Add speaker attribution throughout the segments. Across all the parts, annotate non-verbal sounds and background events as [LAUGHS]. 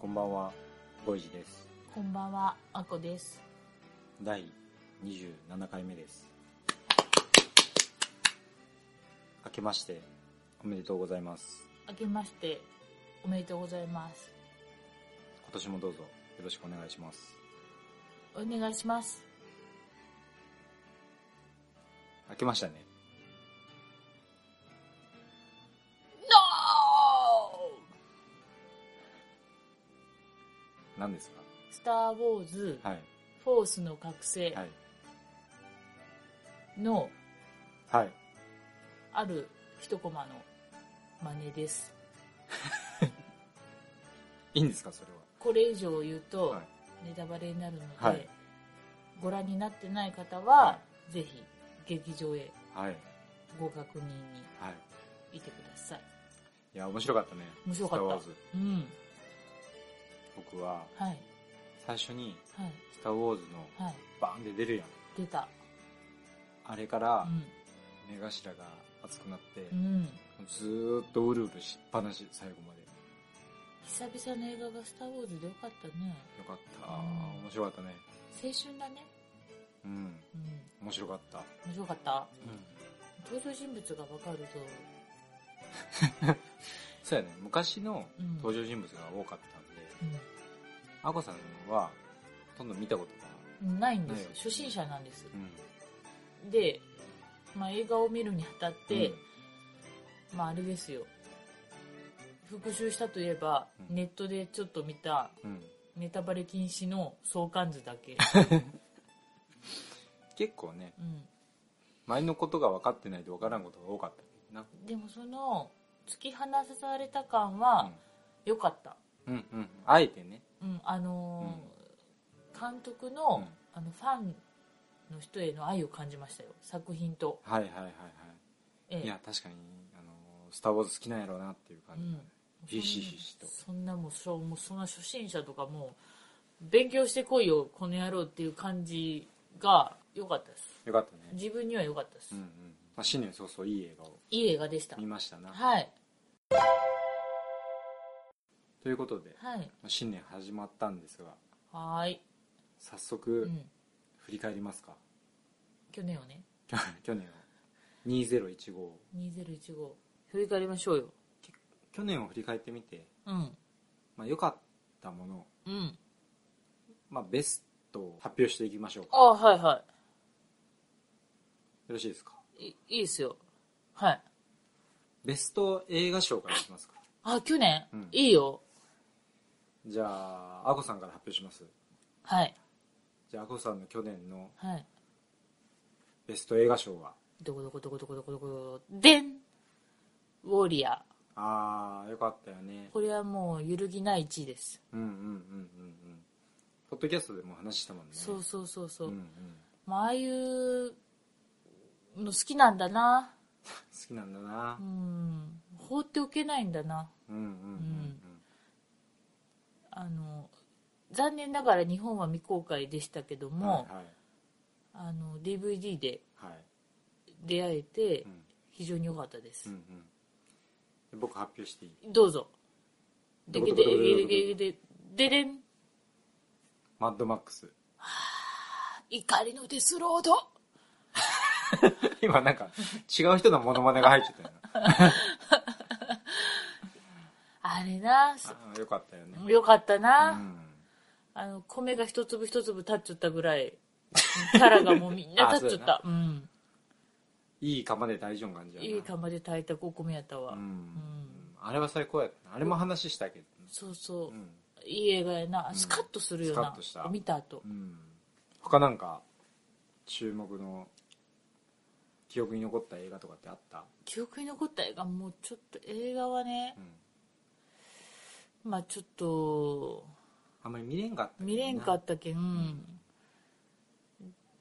Speaker 1: こんばんは、ゴイジです。
Speaker 2: こんばんはあこです
Speaker 1: 第27回目です。明けまして、おめでとうございます。
Speaker 2: 明けましておめでとうございます
Speaker 1: 今年もどうぞよろしくお願いします。
Speaker 2: お願いします
Speaker 1: 明けましたね。
Speaker 2: NO!
Speaker 1: 何です
Speaker 2: スター・ウォーズ、
Speaker 1: かはい。
Speaker 2: フォースの覚醒
Speaker 1: はい。
Speaker 2: の
Speaker 1: はい。
Speaker 2: ある一コマの真似です。
Speaker 1: いいんですか、それ
Speaker 2: これ以上言う
Speaker 1: は。
Speaker 2: と
Speaker 1: はい。
Speaker 2: ネタバレになるので、
Speaker 1: はい
Speaker 2: ご覧になってない方は、
Speaker 1: は
Speaker 2: ぜひ劇場へ
Speaker 1: はい。
Speaker 2: ご確認に
Speaker 1: はい。
Speaker 2: いてください。
Speaker 1: いや、面白かったね。
Speaker 2: 面白かった
Speaker 1: スターウォーズ。
Speaker 2: うん。
Speaker 1: 僕は、
Speaker 2: はい。
Speaker 1: 最初に、
Speaker 2: はい。
Speaker 1: スターウォーズの
Speaker 2: はい。
Speaker 1: バーンって出るやん。
Speaker 2: 出た。
Speaker 1: あれから
Speaker 2: う、ん。
Speaker 1: 目頭が熱くなって、
Speaker 2: うん。
Speaker 1: ずーっとうるうるしっぱなし、最後まで。
Speaker 2: 久々の映画がスター・ウォーズでよかったね。
Speaker 1: よかった。
Speaker 2: うん
Speaker 1: 面白かったね。
Speaker 2: 青春だね。
Speaker 1: うん。
Speaker 2: うん。
Speaker 1: 面白かった。
Speaker 2: 面白かった。
Speaker 1: うん。
Speaker 2: 登場人物がわかるぞ。
Speaker 1: そうやね。昔の
Speaker 2: うん。
Speaker 1: 登場人物が多かったん
Speaker 2: う
Speaker 1: で、
Speaker 2: ん
Speaker 1: あこさんは、ほとんど見たことが、
Speaker 2: ないんです、
Speaker 1: ね
Speaker 2: 初心者なんです
Speaker 1: うん。
Speaker 2: で、まあ、映画を見るにあたって、
Speaker 1: うん
Speaker 2: まああれですよ復習したといえば、
Speaker 1: うん
Speaker 2: ネットでちょっと見た
Speaker 1: うん。
Speaker 2: ネタバレ禁止の相関図だ
Speaker 1: [LAUGHS]
Speaker 2: け、
Speaker 1: 結構ね、
Speaker 2: う
Speaker 1: 前のことが分かってないと分からんことが多かったけどな。
Speaker 2: ん、でもその突き放された感は良かった、
Speaker 1: うん。うんうん。あえてね。
Speaker 2: うん、あのー監督の,、
Speaker 1: うん
Speaker 2: あのファンの人への愛を感じましたよ作品と、
Speaker 1: はいはいはいは
Speaker 2: え
Speaker 1: い。いや、確かに、あのー、スターウォーズ好きなんやろうなっていう感じがね。ひしひしと
Speaker 2: そんなもうそうもうそんな初心者とかもう勉強してこいよこの野郎っていう感じが良かったです
Speaker 1: よかったね。
Speaker 2: 自分には良かったです、
Speaker 1: うんうん。まあ、新年早々いい映画を
Speaker 2: いい映画でした
Speaker 1: 見ましたな。
Speaker 2: はい
Speaker 1: ということで、ま
Speaker 2: はい
Speaker 1: あ新年始まったんですが、
Speaker 2: はーい、
Speaker 1: 早
Speaker 2: う
Speaker 1: 速、
Speaker 2: ん、
Speaker 1: 振り返りますか。 [LAUGHS]
Speaker 2: 去年をね
Speaker 1: 去去年を2015
Speaker 2: 2015振り返りましょうよ
Speaker 1: 去年を振り返ってみて
Speaker 2: うん
Speaker 1: まあ、良かったもの、
Speaker 2: うん
Speaker 1: まあ、ベストを発表していきましょうか
Speaker 2: ああはいは
Speaker 1: よろしいですか
Speaker 2: いいいいですよはい
Speaker 1: ベスト映画賞からいきますか
Speaker 2: あ去年、
Speaker 1: うん
Speaker 2: いいよ
Speaker 1: じゃああこさんから発表します
Speaker 2: はい
Speaker 1: じゃああこさんの去年の
Speaker 2: はい
Speaker 1: ベスト映画賞は
Speaker 2: どこどこどこどこどこどこでんウォリア
Speaker 1: ああよかったよね
Speaker 2: これはもう揺るぎない1位です
Speaker 1: うんうんうんうんうんポッドキャストでも話したもんね
Speaker 2: そうそうそうそう、
Speaker 1: うんうん、
Speaker 2: まあああいうの好きなんだな
Speaker 1: 好きなんだな
Speaker 2: うん放っておけないんだな
Speaker 1: うんうんうん
Speaker 2: あの残念ながら日本は未公開でしたけど
Speaker 1: うん
Speaker 2: も、
Speaker 1: はい
Speaker 2: あの DVD で
Speaker 1: はい、はい
Speaker 2: 出会えて
Speaker 1: うん
Speaker 2: 非常に良かったです、
Speaker 1: うんうんで、僕発表していい
Speaker 2: どうぞで
Speaker 1: ど
Speaker 2: で
Speaker 1: こ
Speaker 2: で
Speaker 1: どこどこ
Speaker 2: でででででん
Speaker 1: マッドマックス
Speaker 2: 怒りのデスロード
Speaker 1: [LAUGHS] 今なんか違う人のモノマネが入っちゃったよ
Speaker 2: あれな
Speaker 1: なあー。よかったよね。
Speaker 2: よかったな、
Speaker 1: うん
Speaker 2: あの米が一粒一粒立っちゃったぐらいキャラがもうみん
Speaker 1: [LAUGHS]
Speaker 2: な立っちゃったうん
Speaker 1: いい釜で大丈夫感じやない
Speaker 2: い釜で炊いたお米やったわ、
Speaker 1: うん
Speaker 2: ん
Speaker 1: あれは最高やったなあれも話したけど。
Speaker 2: そうそう、
Speaker 1: うん。
Speaker 2: いい映画やな
Speaker 1: うん
Speaker 2: スカッとするよな、
Speaker 1: スカッとした
Speaker 2: 見た後
Speaker 1: うん。他なんか、注目の、記憶に残った映画とかってあった
Speaker 2: 記憶に残った映画もうちょっと映画はね
Speaker 1: うん。
Speaker 2: まあちょっと
Speaker 1: あんまり見れんかったよな
Speaker 2: 見れんかったけん、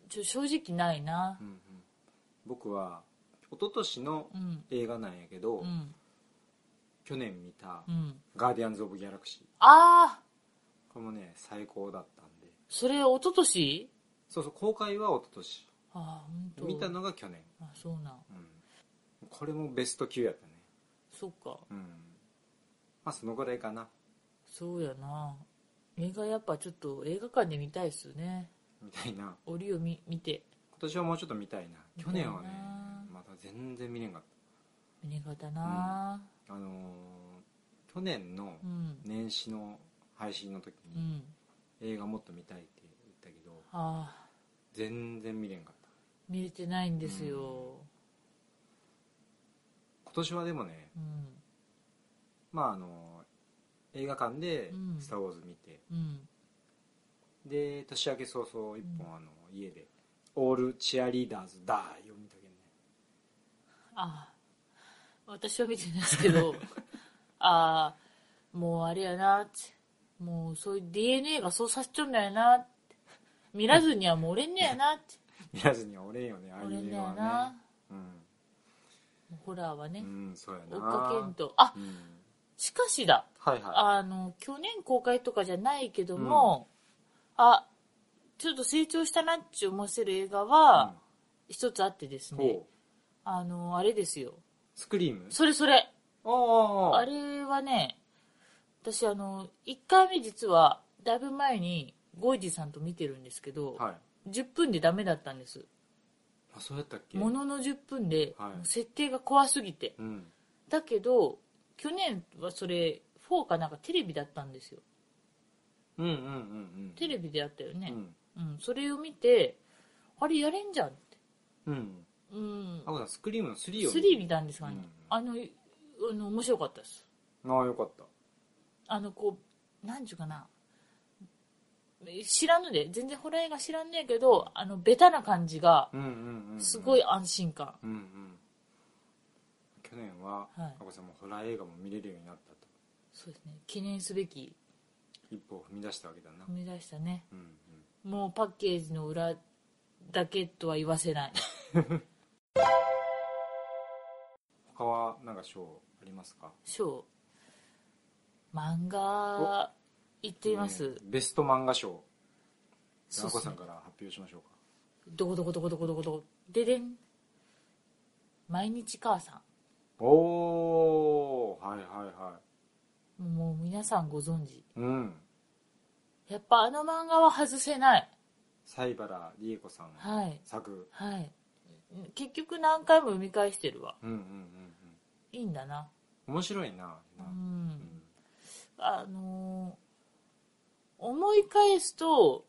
Speaker 2: ちょ正直ないな
Speaker 1: うんうん、僕は一昨年の
Speaker 2: うん
Speaker 1: 映画なんやけど、
Speaker 2: うん
Speaker 1: 去年見た
Speaker 2: うん
Speaker 1: 「ガーディアンズ・オブ・ギャラクシー
Speaker 2: ああ」
Speaker 1: これもね最高だったんで
Speaker 2: それ一昨年
Speaker 1: そうそう公開は一昨年
Speaker 2: ああ本当
Speaker 1: 見たのが去年、
Speaker 2: あそうなん
Speaker 1: うん、これもベスト級やったね
Speaker 2: そっか
Speaker 1: うんまあそのぐらいかな
Speaker 2: そうやな映画やっぱちょっと映画館で見たいっすよね
Speaker 1: みたいな
Speaker 2: 折を見見て
Speaker 1: 今年はもうちょっと見たいな去年はね
Speaker 2: 見たいな
Speaker 1: まだ全然見れんかっ
Speaker 2: 新潟な
Speaker 1: たあのー去年の
Speaker 2: うん
Speaker 1: 年始の配信の時
Speaker 2: うん、
Speaker 1: に映画もっと見たいって言ったけど
Speaker 2: ああ
Speaker 1: 全然見れんかった
Speaker 2: 見れてないんですよ
Speaker 1: 今年はでもね
Speaker 2: うん
Speaker 1: まああのー映画館で
Speaker 2: うん
Speaker 1: 「スター・ウォーズ」見て、
Speaker 2: うん
Speaker 1: で年明け早々一本あの家で「オールチアリーダーズだーよ」見たけどね
Speaker 2: ああ私は見てないですけ
Speaker 1: [LAUGHS]
Speaker 2: どああもうあれやなってもうそういう DNA がそうさせちょんだよなって見らずにはもう俺んねやなって
Speaker 1: 見らずにはおれんよねああい
Speaker 2: 俺ん
Speaker 1: う
Speaker 2: ね
Speaker 1: 映画
Speaker 2: や
Speaker 1: はね
Speaker 2: な
Speaker 1: うん
Speaker 2: もうホラーはね、
Speaker 1: うんそうやな
Speaker 2: 追っかけんとあ
Speaker 1: うん
Speaker 2: しかしだ
Speaker 1: はいは
Speaker 2: あの去年公開とかじゃないけども、あちょっと成長したなって思わせる映画
Speaker 1: い
Speaker 2: は一つあってです
Speaker 1: うん
Speaker 2: ね、
Speaker 1: ほう
Speaker 2: あのあれですよ
Speaker 1: スクリーム
Speaker 2: それそれ
Speaker 1: あ
Speaker 2: あれはね、私あの、1回目実は、だいぶ前に、ゴイジさんと見てるんですけど、
Speaker 1: はい
Speaker 2: 10分でダメだったんです。
Speaker 1: あそうやったっけ
Speaker 2: ものの10分で、
Speaker 1: はい
Speaker 2: もう設定が怖すぎて。
Speaker 1: うん
Speaker 2: だけど、去年はそれ、4かなんかテレビだったんですよ。
Speaker 1: うんうんうんうん
Speaker 2: テレビでやったよ
Speaker 1: う
Speaker 2: ね。
Speaker 1: ん
Speaker 2: うん、それを見て、あれやれんじゃんって。
Speaker 1: うん
Speaker 2: うん
Speaker 1: あ。こさんスクリームの3を
Speaker 2: 3見たんですかね。
Speaker 1: うん
Speaker 2: あの、あの、面白かったです。
Speaker 1: ああよかった
Speaker 2: あのこう何ちゅうかな知らぬで全然ホラー映画知らんねえけどあのベタな感じが
Speaker 1: うんうんうんうん
Speaker 2: すごい安心感、
Speaker 1: うんうん去年は
Speaker 2: はい
Speaker 1: あこさんもホラー映画も見れるようになったと
Speaker 2: そうですね記念すべき
Speaker 1: 一歩を踏み出したわけだな
Speaker 2: 踏み出したね
Speaker 1: うんうん
Speaker 2: もうパッケージの裏だけとは言わせない
Speaker 1: 他はなんか賞ありますか
Speaker 2: 賞漫画言っています、
Speaker 1: ねベスト漫画賞
Speaker 2: そう
Speaker 1: あ
Speaker 2: っ
Speaker 1: こ
Speaker 2: す
Speaker 1: さん
Speaker 2: ね
Speaker 1: から発表しましょうか
Speaker 2: どこどこどこどこどこどこででん毎日母さ
Speaker 1: おおはいはいは
Speaker 2: んもう皆さんご存知
Speaker 1: いうん
Speaker 2: やっぱあの漫画は外せない
Speaker 1: 西原理恵子さん
Speaker 2: はい
Speaker 1: 作
Speaker 2: はい。結局何回も読み返してるわ。
Speaker 1: うんうんうんうん
Speaker 2: いいんだな。
Speaker 1: 面白いな、
Speaker 2: う。
Speaker 1: なうんん
Speaker 2: あのー思い返すと、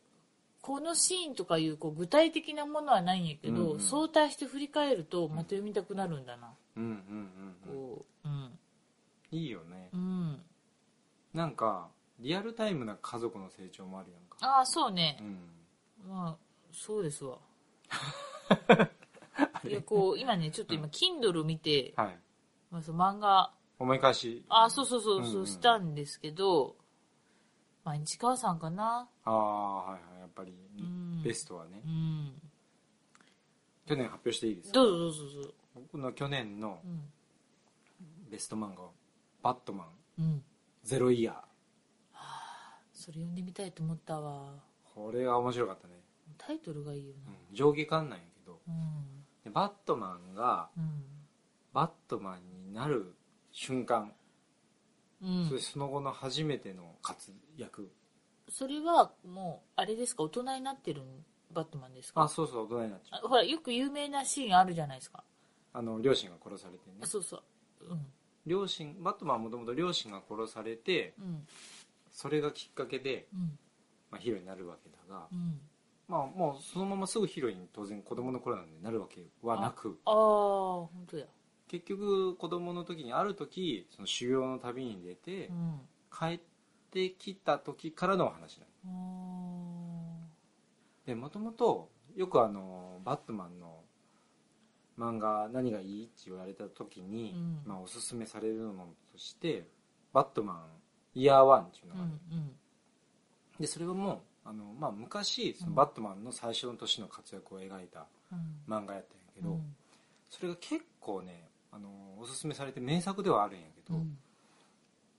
Speaker 2: このシーンとかいうこう具体的なものはないんやけど、
Speaker 1: うんうん
Speaker 2: 相対して振り返るとまた読みたくなるんだな。
Speaker 1: うんうんうんうん
Speaker 2: こう、うん。
Speaker 1: いいよね
Speaker 2: うん。
Speaker 1: なんかリアルタイムな家族の成長もあるやんか
Speaker 2: ああ、そうね
Speaker 1: う。ん
Speaker 2: まあ、そうです
Speaker 1: [LAUGHS]
Speaker 2: わ。い
Speaker 1: れ
Speaker 2: や、こう、今ね、ちょっと今、Kindle を見て、
Speaker 1: はい
Speaker 2: まあ、その漫画、
Speaker 1: 思い返し
Speaker 2: あ、そうそうそう、
Speaker 1: うん
Speaker 2: そううんしたんですけど、まあ、市川さんかな。
Speaker 1: ああはいはいやっぱり
Speaker 2: うん
Speaker 1: ベストはね
Speaker 2: うん。
Speaker 1: 去年発表していいですか
Speaker 2: どうぞどうぞどうぞ。
Speaker 1: 僕の去年の
Speaker 2: うん。
Speaker 1: ベスト漫画はバットマン
Speaker 2: うん。
Speaker 1: ゼロイヤー
Speaker 2: それ読んでみたいと思ったわ。
Speaker 1: これは面白かったね、
Speaker 2: タイトルがいいよな。
Speaker 1: うん、上下巻なんやけど
Speaker 2: うん。
Speaker 1: でバットマンが
Speaker 2: う
Speaker 1: バットマンになる瞬間、
Speaker 2: ん。う
Speaker 1: それ
Speaker 2: ん。
Speaker 1: その後の初めての活躍
Speaker 2: それは、もう、あれですか、大人になってるバットマンですか
Speaker 1: あそうそう大人になっちゃう
Speaker 2: あほら、よく有名なシーンあるじゃないですか。
Speaker 1: あの両親が殺されてね
Speaker 2: そうそう。うん。
Speaker 1: 両親バットマンはもともと両親が殺されて
Speaker 2: うん。
Speaker 1: それがきっかけで、
Speaker 2: うん。
Speaker 1: まあ、ヒーローになるわけだが、
Speaker 2: うん。
Speaker 1: まあもうそのまますぐヒーローに当然子供の頃なんでなるわけはなく
Speaker 2: ああ、本当や。
Speaker 1: 結局子供の時にある時その修行の旅に出て
Speaker 2: うん。
Speaker 1: 帰ってきた時からのお話だ
Speaker 2: あー
Speaker 1: でもともとよくあのバットマンの漫画何がいいって言われた時に、
Speaker 2: うん
Speaker 1: まあ、おすすめされるのとして「バットマンイヤーワンっていうの
Speaker 2: うん
Speaker 1: が
Speaker 2: う
Speaker 1: ある、
Speaker 2: ん
Speaker 1: でそれはもうあの、まあ、昔そのバットマンの最初の年の活躍を描いた
Speaker 2: うん
Speaker 1: 漫画やったんやけ
Speaker 2: う
Speaker 1: ど、
Speaker 2: ん
Speaker 1: それが結構ねあのおすすめされて名作ではあるんやけ
Speaker 2: う
Speaker 1: ど、
Speaker 2: ん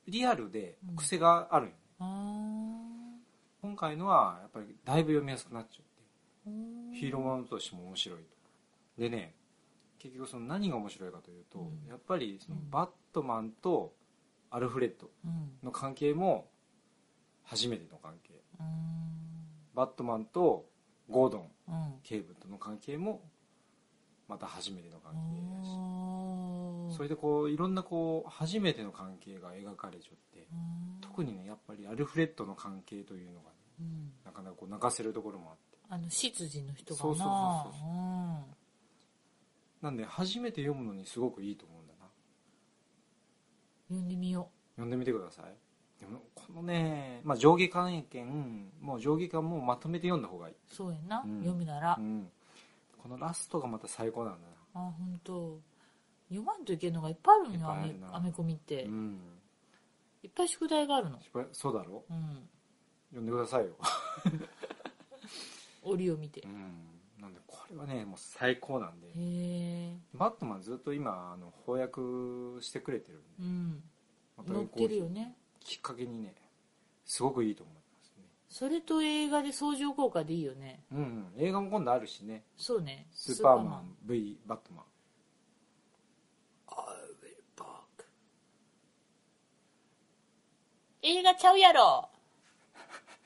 Speaker 1: リアルで癖があるんよ
Speaker 2: あ
Speaker 1: 今回のはやっぱりだいぶ読みやすくなっちゃっ
Speaker 2: ー
Speaker 1: て
Speaker 2: うん
Speaker 1: ヒーローものとしても面白いとでね結局その何が面白いかというと、
Speaker 2: うん
Speaker 1: やっぱりその
Speaker 2: うん
Speaker 1: バットマンとアルフレッド
Speaker 2: うん
Speaker 1: の関係も初めての関係
Speaker 2: うん
Speaker 1: バットマンとゴードン
Speaker 2: うん
Speaker 1: 警部との関係もまた初めての関係だし
Speaker 2: あー
Speaker 1: それでこういろんなこう初めての関係が描かれちゃって
Speaker 2: うん
Speaker 1: 特にねやっぱりアルフレッドの関係というのがね
Speaker 2: うん
Speaker 1: なかなかこう泣かせるところもあって
Speaker 2: あの執事の人
Speaker 1: そう
Speaker 2: が
Speaker 1: そう
Speaker 2: な
Speaker 1: そう
Speaker 2: う
Speaker 1: そ
Speaker 2: ん
Speaker 1: なんで初めて読むのにすごくいいと思うんだな
Speaker 2: 読んでみよ
Speaker 1: 読んでみてくださいでもこのね、まあ、上下関係もう上下関もまとめて読んだ方がいい、
Speaker 2: うそうやな、
Speaker 1: うん
Speaker 2: 読むなら、
Speaker 1: うん、このラストがまた最高なんだな
Speaker 2: あ本当読まんといけんのがいっぱいあるん
Speaker 1: いっ
Speaker 2: や
Speaker 1: ぱい
Speaker 2: ア
Speaker 1: あ
Speaker 2: メ
Speaker 1: るな
Speaker 2: アメコミって、
Speaker 1: うん
Speaker 2: いっぱい宿題があるの
Speaker 1: 失敗そうだろ
Speaker 2: うん
Speaker 1: 読んでくださいよ、
Speaker 2: 折を見て、
Speaker 1: うん、なんでこれはねもう最高なんで
Speaker 2: へえ
Speaker 1: バットマンずっと今あの翻訳してくれてるんで
Speaker 2: うん
Speaker 1: また
Speaker 2: 載っ
Speaker 1: こ
Speaker 2: て
Speaker 1: う
Speaker 2: るよね
Speaker 1: きっかけにねすごくいいと思いますね
Speaker 2: それと映画で相乗効果でいいよね
Speaker 1: うん、うん、映画も今度あるしね
Speaker 2: そうね
Speaker 1: スーパーマン V バットマン
Speaker 2: スーパーマン映画ちゃうやろ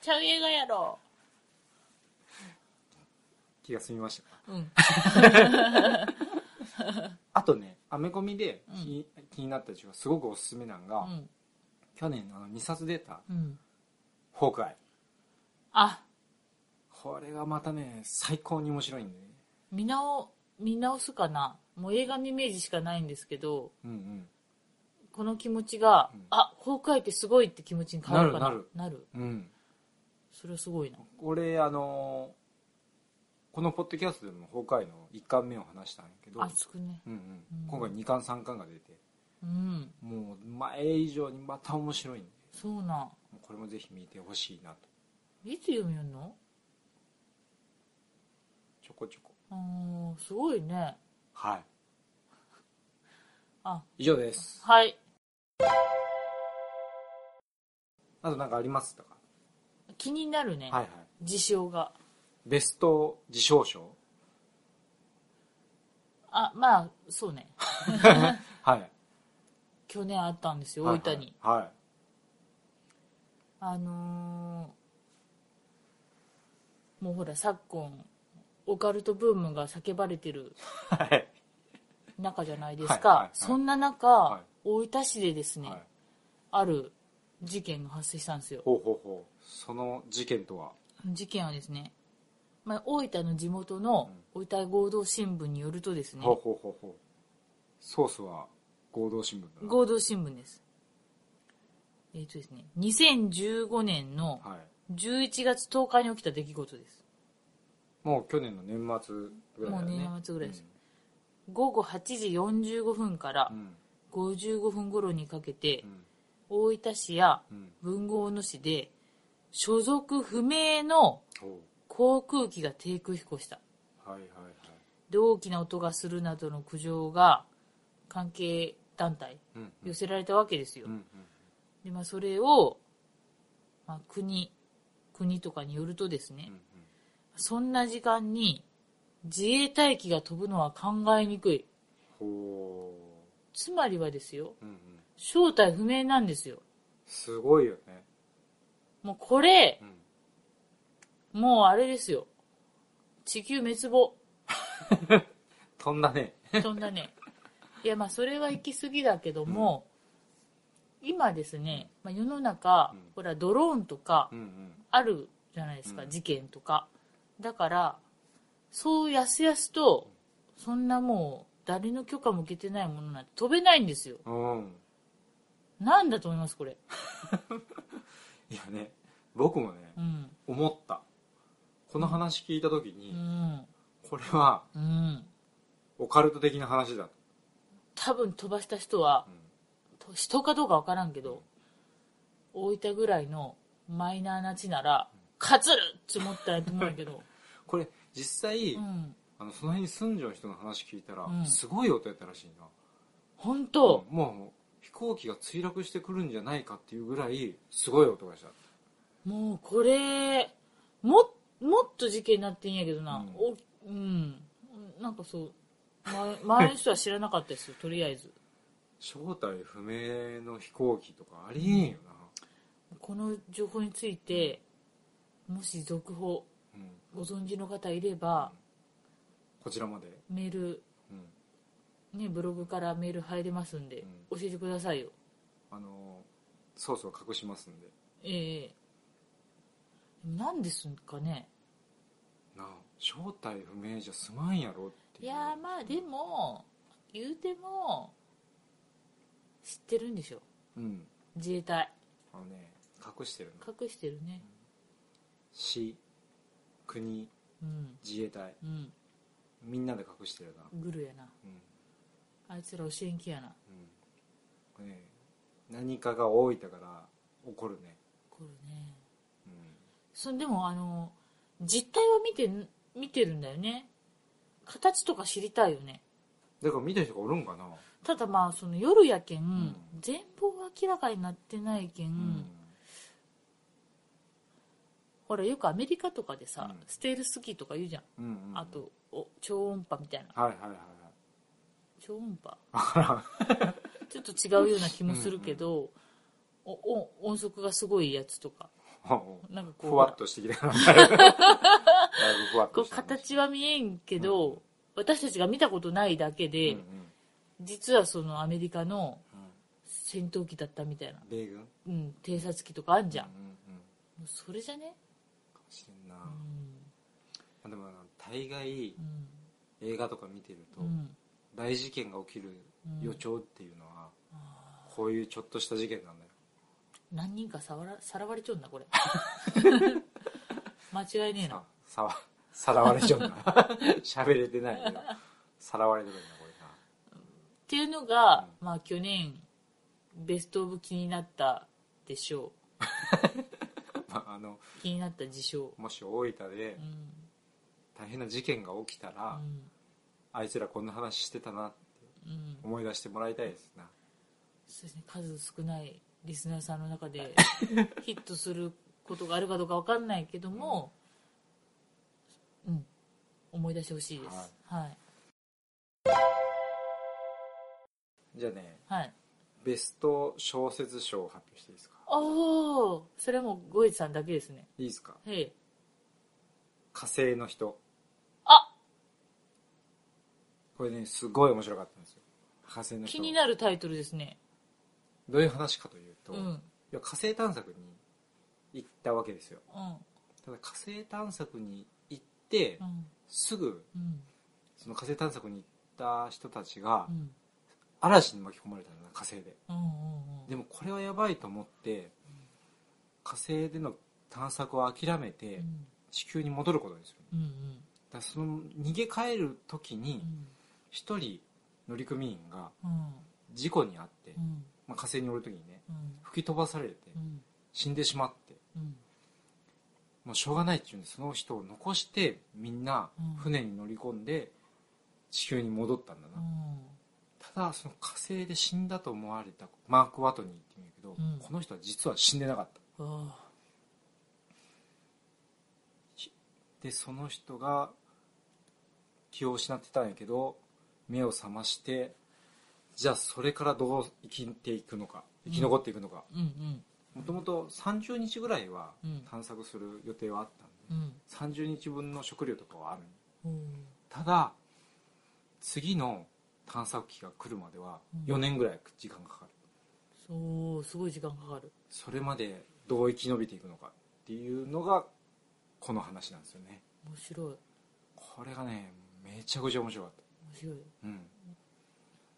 Speaker 2: ちゃう映画やろ
Speaker 1: 気が済みましたか
Speaker 2: うん
Speaker 1: あとねアメコミで
Speaker 2: うん
Speaker 1: 気,、気になった人がすごくおすすめなんが、
Speaker 2: うん
Speaker 1: 去年あの2冊出た
Speaker 2: うん
Speaker 1: 「ホークアイ
Speaker 2: あ」
Speaker 1: これがまたね最高に面白いんでね
Speaker 2: 見直見直すかなもう映画のイメージしかないんですけど
Speaker 1: うんうん
Speaker 2: この気持ちが、
Speaker 1: うん
Speaker 2: あ崩壊ってすごいって気持ちに変わるかな
Speaker 1: なる
Speaker 2: なる
Speaker 1: うん、
Speaker 2: それはすごいな
Speaker 1: これあのーこのポッドキャストでも「崩壊」の1巻目を話したんやけど、
Speaker 2: 熱くね
Speaker 1: うんうん
Speaker 2: うん
Speaker 1: 今回2巻3巻が出て
Speaker 2: うん
Speaker 1: もう前以上にまた面白いんで
Speaker 2: そうなん
Speaker 1: もうこれもぜひ見てほしいなと
Speaker 2: いつ読みよんの
Speaker 1: ちょこちょこ
Speaker 2: あーすごいね
Speaker 1: はい
Speaker 2: あ
Speaker 1: 以上です
Speaker 2: はい
Speaker 1: あと何かありますとか
Speaker 2: 気になるね、
Speaker 1: はいはい
Speaker 2: 事象が
Speaker 1: ベスト受賞賞
Speaker 2: あまあそうね
Speaker 1: はい
Speaker 2: 去年あったんですよ
Speaker 1: は
Speaker 2: 大
Speaker 1: い
Speaker 2: 分に、
Speaker 1: はい、はい
Speaker 2: あのーもうほら昨今オカルトブームが叫ばれてる
Speaker 1: はい
Speaker 2: 中じゃないです
Speaker 1: はいはいは
Speaker 2: か
Speaker 1: い
Speaker 2: そんな中、
Speaker 1: はい
Speaker 2: 大分市でですね、
Speaker 1: はい、
Speaker 2: ある事件が発生したんですよ
Speaker 1: ほうほうほうその事件とは
Speaker 2: 事件はですね、まあ、大分の地元の大分合同新聞によるとですね、
Speaker 1: ほうほうほうほうソースは合同新聞だな
Speaker 2: 合同新聞ですえっ、とですね2015年の
Speaker 1: はい
Speaker 2: 11月10日に起きた出来事です
Speaker 1: もう去年の年末ぐらいだね
Speaker 2: もう年末ぐらいです午後8時45分から
Speaker 1: うんうん
Speaker 2: 55分頃にかけて
Speaker 1: うん
Speaker 2: 大分市や
Speaker 1: うん
Speaker 2: 文豪野市で所属不明の
Speaker 1: ほ
Speaker 2: 航空機が低空飛行した
Speaker 1: うはいはいはい
Speaker 2: で大きな音がするなどの苦情が関係団体
Speaker 1: うん
Speaker 2: 寄せられたわけですよ、
Speaker 1: うんうん
Speaker 2: でまあ、それを、まあ、国国とかによるとですね、
Speaker 1: うん
Speaker 2: そんな時間に自衛隊機が飛ぶのは考えにくい
Speaker 1: ほ
Speaker 2: つまりはですよ
Speaker 1: ううんうん
Speaker 2: 正体不明なんですよ
Speaker 1: すごいよね
Speaker 2: もうこれ
Speaker 1: う、ん
Speaker 2: もうあれですよ。地球滅亡。
Speaker 1: 飛んだね
Speaker 2: そんな
Speaker 1: [LAUGHS]
Speaker 2: ね。いや、まあ、それは行き過ぎだけども、今ですね、まあ、世の中、
Speaker 1: うん
Speaker 2: ほら、ドローンとか
Speaker 1: うんうん
Speaker 2: あるじゃないですか、
Speaker 1: うん
Speaker 2: 事件とか。だから、そうやすやすと、そんなもう、誰の許可も受けてないものなんて飛べないんですよ。
Speaker 1: うん
Speaker 2: なんだと思います、これ。
Speaker 1: いやね僕もね
Speaker 2: うん。
Speaker 1: 思ったこの話聞いた時
Speaker 2: う
Speaker 1: に
Speaker 2: ん。
Speaker 1: これは
Speaker 2: うん。
Speaker 1: オカルト的な話だと
Speaker 2: 多分飛ばした人は
Speaker 1: う、ん
Speaker 2: と人かどうかわからんけど、大分ぐらいのマイナーな地なら、勝つるって思ったらと思うんやけど。
Speaker 1: これ実際、
Speaker 2: うん。
Speaker 1: あのその辺に住んじゃう人の話聞いたら、
Speaker 2: うん
Speaker 1: すごい音やったらしいな、
Speaker 2: ほんと、
Speaker 1: うんもう飛行機が墜落してくるんじゃないかっていうぐらいすごい音がした
Speaker 2: もうこれ、も、もっと事件になってんやけどな。
Speaker 1: うん
Speaker 2: おうん。なんかそう、前前の人は知らなかったですよ、と [LAUGHS] りあえず。
Speaker 1: 正体不明の飛行機とかありえんよ
Speaker 2: この情報について、もし続報、
Speaker 1: な、う
Speaker 2: ご
Speaker 1: ん、
Speaker 2: 存知の方いれば、
Speaker 1: こちらまで、
Speaker 2: メール、
Speaker 1: うん、
Speaker 2: ね、ブログからメール入れますんで、
Speaker 1: う
Speaker 2: 教えてくださいよ。
Speaker 1: あのソースを隠しますんで
Speaker 2: ええなんですんかね。
Speaker 1: なあ正体不明じゃすまんやろっ
Speaker 2: い
Speaker 1: ていう
Speaker 2: やーまあでも、言うても、知ってるんでしょ。
Speaker 1: うん
Speaker 2: 自衛隊。
Speaker 1: あのね隠してるの
Speaker 2: 隠してるね。
Speaker 1: 市国
Speaker 2: うん。
Speaker 1: 自衛隊
Speaker 2: うん。
Speaker 1: みんなで隠してるな
Speaker 2: グルやな。
Speaker 1: うん、
Speaker 2: あいつら教えんきやな。
Speaker 1: うん、これね何かが大分から起こるね、
Speaker 2: これね。
Speaker 1: うん、
Speaker 2: そんでも、あの、実態は見てん、見てるんだよね。形とか知りたいよね。
Speaker 1: だから見た人がおるんかな
Speaker 2: ただまあ、その夜やけん、
Speaker 1: ん
Speaker 2: 全貌が明らかになってないけん、ほら、よくアメリカとかでさ、
Speaker 1: うん
Speaker 2: ステールスキーとか言うじゃん。
Speaker 1: うんうんうん
Speaker 2: あとお超音波みたいな
Speaker 1: はいはいはいはい
Speaker 2: 超音波
Speaker 1: わからん
Speaker 2: [LAUGHS] ちょっと違うような気もするけど、おお音速がすごいやつとかなんかこう
Speaker 1: ふわっとしてきたから
Speaker 2: [LAUGHS]
Speaker 1: だいぶふわっ
Speaker 2: ことう
Speaker 1: してきました
Speaker 2: 形は見えんけど、
Speaker 1: うん
Speaker 2: 私たちが見たことないだけ
Speaker 1: うん
Speaker 2: で、
Speaker 1: うん
Speaker 2: 実はそのアメリカの
Speaker 1: うん
Speaker 2: 戦闘機だったみたいな、
Speaker 1: 米軍
Speaker 2: うん、偵察機とかあんじゃん、
Speaker 1: うんうんうん
Speaker 2: もうそれじゃね
Speaker 1: かもしれんな、
Speaker 2: うん
Speaker 1: まあでもあの大概
Speaker 2: うん
Speaker 1: 映画とか見てると、
Speaker 2: うん
Speaker 1: 大事件が起きる予兆っていうのは、
Speaker 2: あ
Speaker 1: こういうちょっとした事件なんだよ
Speaker 2: ー何人かさわらさらわれちょんなこ
Speaker 1: [LAUGHS]
Speaker 2: れ間違いねえな
Speaker 1: ささわさらわれちゃうんだ [LAUGHS] 喋れてないけどさらわれてるんだこ
Speaker 2: っていうのが、まあ去年ベストオブ気になったでしょ
Speaker 1: れな、まあ、あの
Speaker 2: う気になった事象
Speaker 1: もし大分で
Speaker 2: うん、
Speaker 1: 大変な事件が起きた
Speaker 2: う
Speaker 1: ら、
Speaker 2: ん
Speaker 1: あいつらこんな話してたな
Speaker 2: うん、
Speaker 1: 思い出してもらいたいですな
Speaker 2: そうですね数少ないリスナーさんの中 [LAUGHS] でヒットすることがあるかどうかわかんないけども、うん、思い出してほしいですはい
Speaker 1: じゃあね
Speaker 2: はい、
Speaker 1: ベスト小説賞を発表していいですか
Speaker 2: おおそれはもうゴエツさんだけですね
Speaker 1: いいですか
Speaker 2: へえ
Speaker 1: 火星の人
Speaker 2: あ
Speaker 1: これねすごい面白かったんですよ火星の人
Speaker 2: 気になるタイトルですね
Speaker 1: どういう話かというと、
Speaker 2: うんう
Speaker 1: い
Speaker 2: ん
Speaker 1: や火星探索に行ったわけですよただ火星探索に行って、
Speaker 2: うん
Speaker 1: すぐ
Speaker 2: うん
Speaker 1: その火星探索に行った人たちが
Speaker 2: うん
Speaker 1: 嵐に巻き込まれたんだな火星で
Speaker 2: うんうん
Speaker 1: でもこれはやばいと思って火星での探索を諦め
Speaker 2: う
Speaker 1: て
Speaker 2: ん
Speaker 1: 地球に戻ることにする
Speaker 2: うんうん
Speaker 1: だからその逃げ帰る時
Speaker 2: う
Speaker 1: に
Speaker 2: ん
Speaker 1: 一人乗組員が
Speaker 2: うん
Speaker 1: 事故に遭って
Speaker 2: う、ん
Speaker 1: まあ、火星におる時にね
Speaker 2: うん
Speaker 1: 吹き飛ばされて
Speaker 2: うん
Speaker 1: 死んでしまって
Speaker 2: うん
Speaker 1: もうしょうがないっていうんでその人を残してみんな
Speaker 2: うん
Speaker 1: 船に乗り込んで地球に戻ったんだな、
Speaker 2: う
Speaker 1: ただその火星で死んだと思われたマーク・ワトニーって言うんやけど、
Speaker 2: うん
Speaker 1: この人は実は死んでなかった
Speaker 2: んあ
Speaker 1: でその人が気を失ってたんやけど目を覚ましてじゃあそれからどう生きていくのか生き残っていくのか
Speaker 2: ーうん
Speaker 1: もともと30日ぐらいは
Speaker 2: うん
Speaker 1: 探索する予定はあったんで
Speaker 2: うんうん
Speaker 1: 30日分の食料とかはある
Speaker 2: うん
Speaker 1: ただ次の探索機が来るまでは
Speaker 2: うん
Speaker 1: 4年ぐらい時間がかかる、
Speaker 2: そうすごい時間かかる
Speaker 1: それまでどう生き延びていくのかっていうのがこの話なんですよね
Speaker 2: 面白い面
Speaker 1: これがねめちゃくちゃ面白かっ
Speaker 2: 白い
Speaker 1: た、うん、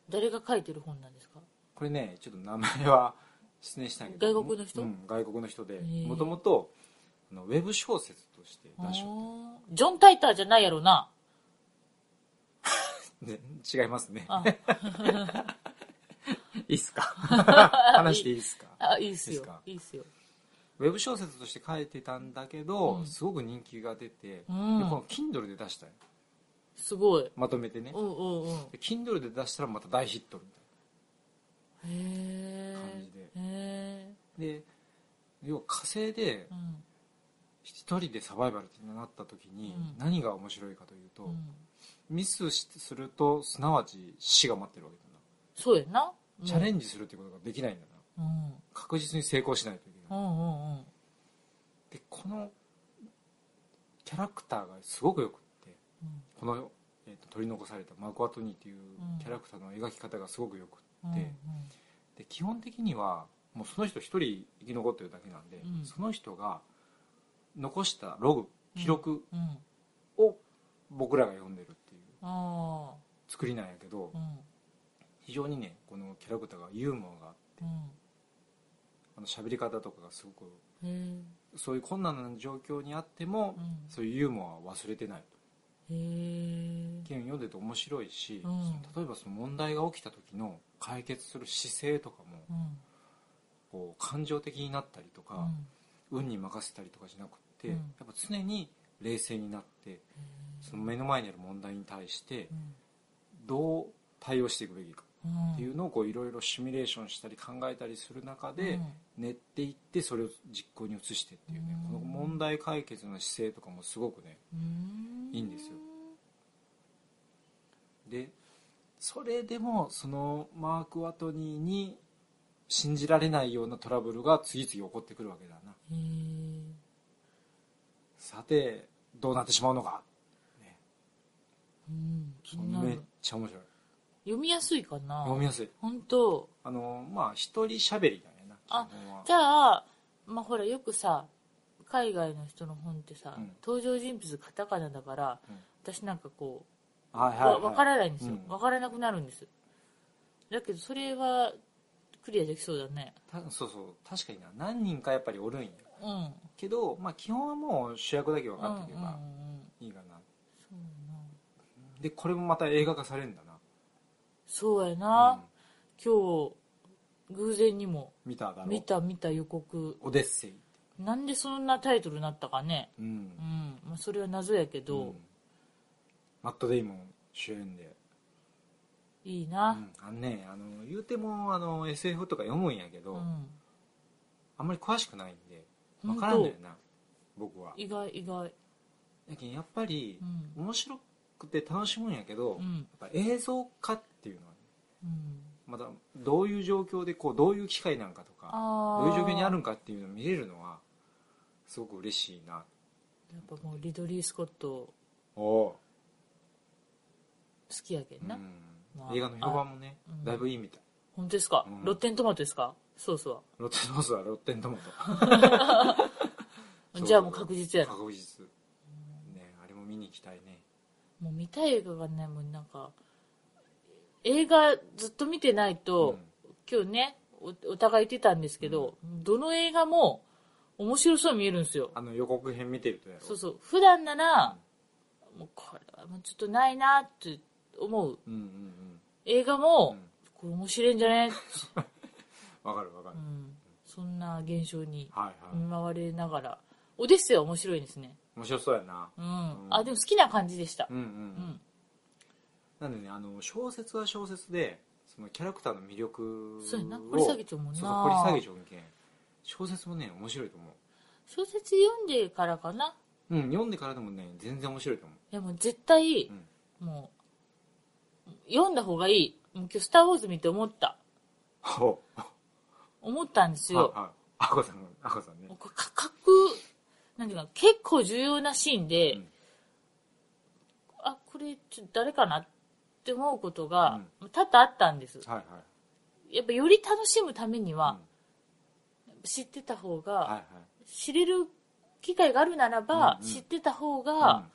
Speaker 2: 誰が書いてる本なんですか
Speaker 1: これねちょっと名前は失念したんやけど
Speaker 2: 外国の人
Speaker 1: うん、外国の人で
Speaker 2: ー
Speaker 1: もともとウェブ小説として
Speaker 2: あ
Speaker 1: 出しよ
Speaker 2: ージョン・タイターじゃないやろな
Speaker 1: うで違いますね
Speaker 2: あ
Speaker 1: いいいっすか
Speaker 2: [LAUGHS]
Speaker 1: 話していいっすか
Speaker 2: あいいっす
Speaker 1: いいっ
Speaker 2: よ
Speaker 1: すか
Speaker 2: いいっすよ
Speaker 1: ウェブ小説として書いてたんだけど、
Speaker 2: うん
Speaker 1: すごく人気が出て、
Speaker 2: うん
Speaker 1: でこの Kindle で出したよ
Speaker 2: すごい
Speaker 1: まとめてね、
Speaker 2: うんうんうんへ
Speaker 1: で Kindle で出したらまた大ヒットみたい
Speaker 2: え
Speaker 1: 感じで
Speaker 2: へえ
Speaker 1: なで要は火星で
Speaker 2: うん
Speaker 1: 一人でサバイバルってなった時に
Speaker 2: うん
Speaker 1: 何が面白いかというと、
Speaker 2: うん
Speaker 1: ミスしするとすなわち死が待ってるわけだな、
Speaker 2: そうやな
Speaker 1: チャレ
Speaker 2: ン
Speaker 1: ンジするってことができないんだな
Speaker 2: うん
Speaker 1: 確実に成功しないといけ
Speaker 2: う
Speaker 1: な
Speaker 2: ん
Speaker 1: い、
Speaker 2: うんうん
Speaker 1: でこのキャラクターがすごくよくって
Speaker 2: うん
Speaker 1: この、えーと取り残されたマクワトニーっていう
Speaker 2: うん
Speaker 1: キャラクターの描き方がすごくよくって、
Speaker 2: うんうん
Speaker 1: で基本的にはもうその人一人生き残ってるだけなんで、
Speaker 2: うん
Speaker 1: その人が残したログ記録
Speaker 2: うん
Speaker 1: を僕らが読んでるっていう
Speaker 2: あ
Speaker 1: 作りなんやけど
Speaker 2: あうん
Speaker 1: 非常にねこのキャラクターがユーモアがあって
Speaker 2: う
Speaker 1: あの喋り方とかがすごく
Speaker 2: んへえ
Speaker 1: そういう困難な状況にあっても、
Speaker 2: うん
Speaker 1: そういうユーモアは忘れてないと
Speaker 2: へえ
Speaker 1: 意見読んでて面白いし、
Speaker 2: うん
Speaker 1: その例えばその問題が起きた時の解決する姿勢とかも、
Speaker 2: うん
Speaker 1: こう感情的になったりとか、
Speaker 2: うん
Speaker 1: 運に任せたりとかじゃなくって、
Speaker 2: うん
Speaker 1: やっぱ常に冷静になってその目の前にある問題に対して
Speaker 2: うん
Speaker 1: どう対応していくべきか
Speaker 2: うん
Speaker 1: っていうのをこういろいろシミュレーションしたり考えたりする中で練っていってそれを実行に移してっていうね
Speaker 2: うん
Speaker 1: この問題解決の姿勢とかもすごくね
Speaker 2: うん
Speaker 1: いいんですよでそれでもそのマーク・ワトニーに信じられないようなトラブルが次々起こってくるわけだな
Speaker 2: へえ
Speaker 1: さてどうなってしまうのか
Speaker 2: うん気にな
Speaker 1: めっ
Speaker 2: る
Speaker 1: ちゃ面白い
Speaker 2: 読みやすいかな
Speaker 1: 読みやすい
Speaker 2: 本当
Speaker 1: あのまあ一人喋りだよな
Speaker 2: あ
Speaker 1: 基本は
Speaker 2: じゃあまあほらよくさ海外の人の本ってさ、
Speaker 1: うん
Speaker 2: 登場人物カタカナだから、
Speaker 1: うん
Speaker 2: 私なんかこ、
Speaker 1: はいうはい、はい、
Speaker 2: わ分からないんですよ、
Speaker 1: うん
Speaker 2: 分からなくなるんですだけどそれはクリアできそうだね
Speaker 1: たそうそう確かにな何人かやっぱりおるんや
Speaker 2: うんうん
Speaker 1: けど、まあ、基本はもう主役だけ分
Speaker 2: うん
Speaker 1: かっていけ
Speaker 2: うん
Speaker 1: ばいいかな、
Speaker 2: そうやな
Speaker 1: でこれもまた映画化されるんだな
Speaker 2: そうやな、
Speaker 1: う
Speaker 2: 今日偶然にも
Speaker 1: ん見ただろ
Speaker 2: 見た見た予告
Speaker 1: オデッセイ、
Speaker 2: なんでそんなタイトルになったかね
Speaker 1: うん
Speaker 2: うん、まあ、それは謎やけど、
Speaker 1: うんマット・デイモン主演で、
Speaker 2: いいうな、
Speaker 1: ん、あのねあの言うてもあの SF とか読むんやけど、
Speaker 2: うん、
Speaker 1: あんまり詳しくないんで
Speaker 2: 本
Speaker 1: 分
Speaker 2: 当
Speaker 1: からんだよな僕は
Speaker 2: 意外意外
Speaker 1: やけんやっぱり
Speaker 2: う、ん
Speaker 1: 面白くて楽しむんやけど、
Speaker 2: う
Speaker 1: や
Speaker 2: ん
Speaker 1: っぱ映像化っていうのはね
Speaker 2: うん
Speaker 1: またどういう状況でこうどういう機会なんかとか
Speaker 2: あー
Speaker 1: どういう状況にあるんかっていうのを見れるのはすごく嬉しいな
Speaker 2: やっぱもうリドリー・スコット
Speaker 1: お
Speaker 2: 好きやけんな、まあ
Speaker 1: 映画の評判もね
Speaker 2: あうん
Speaker 1: だいぶいいみたい
Speaker 2: 本当ですか、
Speaker 1: うん
Speaker 2: ロッテントマトですかそうそう
Speaker 1: ロッテントマトはロッテントマ
Speaker 2: [LAUGHS]
Speaker 1: ト
Speaker 2: じゃあもう確実やな
Speaker 1: 確実ねあれも見に行きたいね
Speaker 2: もう見たい映画がねもうなんか映画ずっと見てないと、今日ねおお互い言ってたんですけど、どの映画も面白そうに見えるんですよ
Speaker 1: あの予告編見てるとやろ
Speaker 2: そうそう普段なら、もうこれはもうちょっとないなって思う
Speaker 1: うんうんうん
Speaker 2: 映画
Speaker 1: う
Speaker 2: も、
Speaker 1: ん
Speaker 2: これ面白いんじゃね、
Speaker 1: わかるわか
Speaker 2: う
Speaker 1: る
Speaker 2: ん、そんな現象に
Speaker 1: はいは
Speaker 2: 見
Speaker 1: い
Speaker 2: 舞われながら、オデッセイは面白いですね。
Speaker 1: 面白そうやな
Speaker 2: うん。
Speaker 1: うん
Speaker 2: あ、でも好きな感じでした
Speaker 1: う。んうん
Speaker 2: う
Speaker 1: うん
Speaker 2: ん。
Speaker 1: なんでねあの小説は小説でそのキャラクターの魅力を
Speaker 2: そうやな。掘り下げちゃうもんな。
Speaker 1: そうそう掘り下げちゃうけん小説もね面白いと思
Speaker 2: 小説読んでからかな。
Speaker 1: ううん読んでからでもね全然面白いと思
Speaker 2: いやもう絶対
Speaker 1: う、う、ん、
Speaker 2: もう、読んだ方がいい。もう今日スターウォーズ見て思った。
Speaker 1: ほう
Speaker 2: 思ったんです
Speaker 1: はい
Speaker 2: よ。
Speaker 1: はいあこさんあこさんね
Speaker 2: もうこれ価格、なんていうか、結構重要なシーンで、
Speaker 1: うん
Speaker 2: あ、これちょっと誰かなって思うことが
Speaker 1: うん、
Speaker 2: 多々あったんです。
Speaker 1: はいはい
Speaker 2: やっぱより楽しむためには、
Speaker 1: う
Speaker 2: 知ってた方が、
Speaker 1: ん、はいはい
Speaker 2: 知れる機会があるならば、
Speaker 1: うんうん
Speaker 2: 知ってた方が、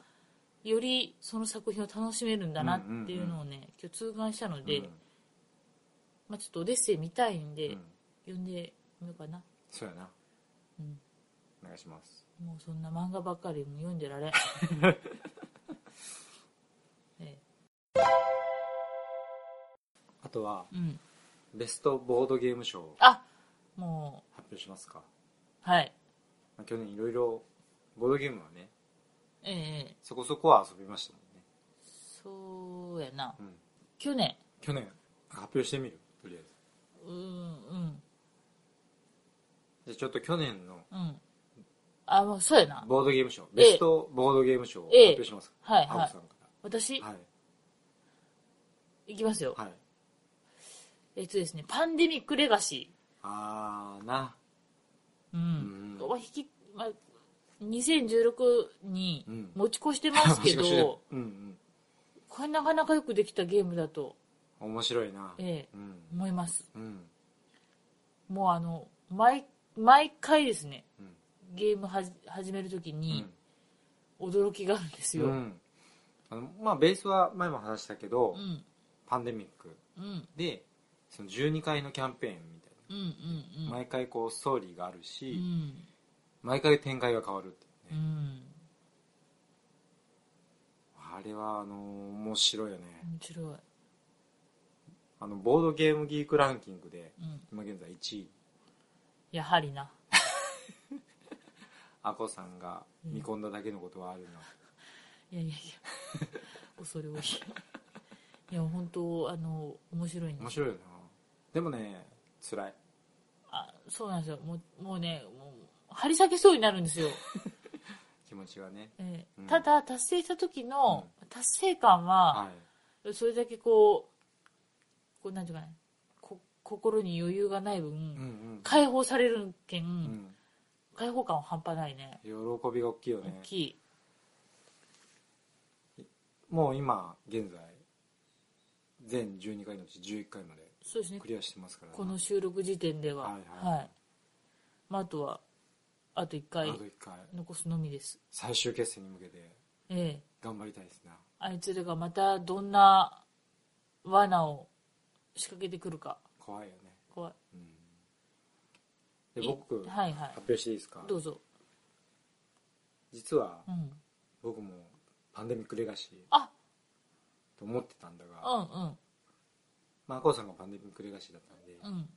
Speaker 2: よりその作品を楽しめるんだなっていうのをね、今日痛感したの
Speaker 1: うん
Speaker 2: で、
Speaker 1: うん
Speaker 2: まあ、ちょっとオデッセイ見たいんで、
Speaker 1: うん
Speaker 2: 読んでみようかな、
Speaker 1: そうやな
Speaker 2: うん、
Speaker 1: お願いします
Speaker 2: もうそんな漫画ばっかりもう読んで
Speaker 1: [LAUGHS]
Speaker 2: られん、ええ
Speaker 1: あとは
Speaker 2: うん
Speaker 1: ベストボードゲーム賞を
Speaker 2: あも
Speaker 1: 発表しますか、
Speaker 2: うはい
Speaker 1: まあ、去年いろいろボードゲームはね
Speaker 2: ええ
Speaker 1: そこそこは遊びましたもんね、
Speaker 2: そうやな
Speaker 1: うん、
Speaker 2: 去年
Speaker 1: 去年発表してみるとりあえず
Speaker 2: うんうん
Speaker 1: じゃあちょっと去年の
Speaker 2: うんあもうそうやな
Speaker 1: ボードゲーム賞
Speaker 2: ええ
Speaker 1: ベストボードゲーム賞を発
Speaker 2: ええ
Speaker 1: 表しますか、
Speaker 2: はい
Speaker 1: 青
Speaker 2: は
Speaker 1: さんか
Speaker 2: 私、
Speaker 1: らはい
Speaker 2: い、きますよ、
Speaker 1: はい
Speaker 2: えっとですねパンデミックレガシ
Speaker 1: あーな
Speaker 2: ーうん、
Speaker 1: うん
Speaker 2: まあ引きまあ、2016に
Speaker 1: うん
Speaker 2: 持ち越してます
Speaker 1: [LAUGHS]
Speaker 2: けど、
Speaker 1: もしかしてうん
Speaker 2: これなかなかよくできたゲームだと
Speaker 1: うん面白いな
Speaker 2: ええ
Speaker 1: うん
Speaker 2: 思います
Speaker 1: うん
Speaker 2: もうあの毎毎回ですね
Speaker 1: うん
Speaker 2: ゲームはじ始めるとき
Speaker 1: う
Speaker 2: に
Speaker 1: ん
Speaker 2: 驚きがあるんですよ、
Speaker 1: うんあのまあベースは前も話したけど、
Speaker 2: うん
Speaker 1: パンデミック
Speaker 2: うんうん
Speaker 1: でその12回のキャンペーンみたい
Speaker 2: うんうん
Speaker 1: な、毎回こうストーリーがあるし、
Speaker 2: うん
Speaker 1: 毎回展開が変わるってい
Speaker 2: う
Speaker 1: うね、
Speaker 2: ん
Speaker 1: あれはあのー面白いよね、
Speaker 2: 面白い
Speaker 1: あのボードゲームギークランキングで
Speaker 2: うん
Speaker 1: 今現在1位
Speaker 2: やはりな
Speaker 1: アコさんが見込んだだけのことはあるな、
Speaker 2: いやいやいや
Speaker 1: [LAUGHS]
Speaker 2: 恐れ多いいや本当あの面白いんです
Speaker 1: 面白いよなでもね辛い
Speaker 2: あそうなんですよもうもうねもう張り裂けそうになるんですよ、
Speaker 1: 気持ちがね
Speaker 2: えー
Speaker 1: うん
Speaker 2: ただ達成した時の達成感は、
Speaker 1: はい
Speaker 2: それだけこうこうなんていうかねこ心に余裕がない分、
Speaker 1: うんうん
Speaker 2: 解放されるけん、
Speaker 1: うん
Speaker 2: 解放感は半端ないね
Speaker 1: 喜びが大きいよ
Speaker 2: 大
Speaker 1: ね
Speaker 2: きい
Speaker 1: もう今現在全12回のうち11回まで
Speaker 2: そうですね
Speaker 1: クリアしてますからね、
Speaker 2: この収録時点ではは
Speaker 1: はいいはい
Speaker 2: まあ、あとはあと1回
Speaker 1: あと1回
Speaker 2: 残すのみです
Speaker 1: 最終決戦に向けて
Speaker 2: ええ
Speaker 1: 頑張りたいですな
Speaker 2: あいつらがまたどんな罠を仕掛けてくるか
Speaker 1: 怖いよね、
Speaker 2: 怖い
Speaker 1: うん、で僕
Speaker 2: い
Speaker 1: 発
Speaker 2: はいはい
Speaker 1: 表していいですか
Speaker 2: どうぞ、
Speaker 1: 実は
Speaker 2: うん、
Speaker 1: 僕もパンデミックレガシー
Speaker 2: あ
Speaker 1: と思ってたんだが
Speaker 2: う
Speaker 1: まあ、こうさんがパンデミックレガシーだったんで、
Speaker 2: んうん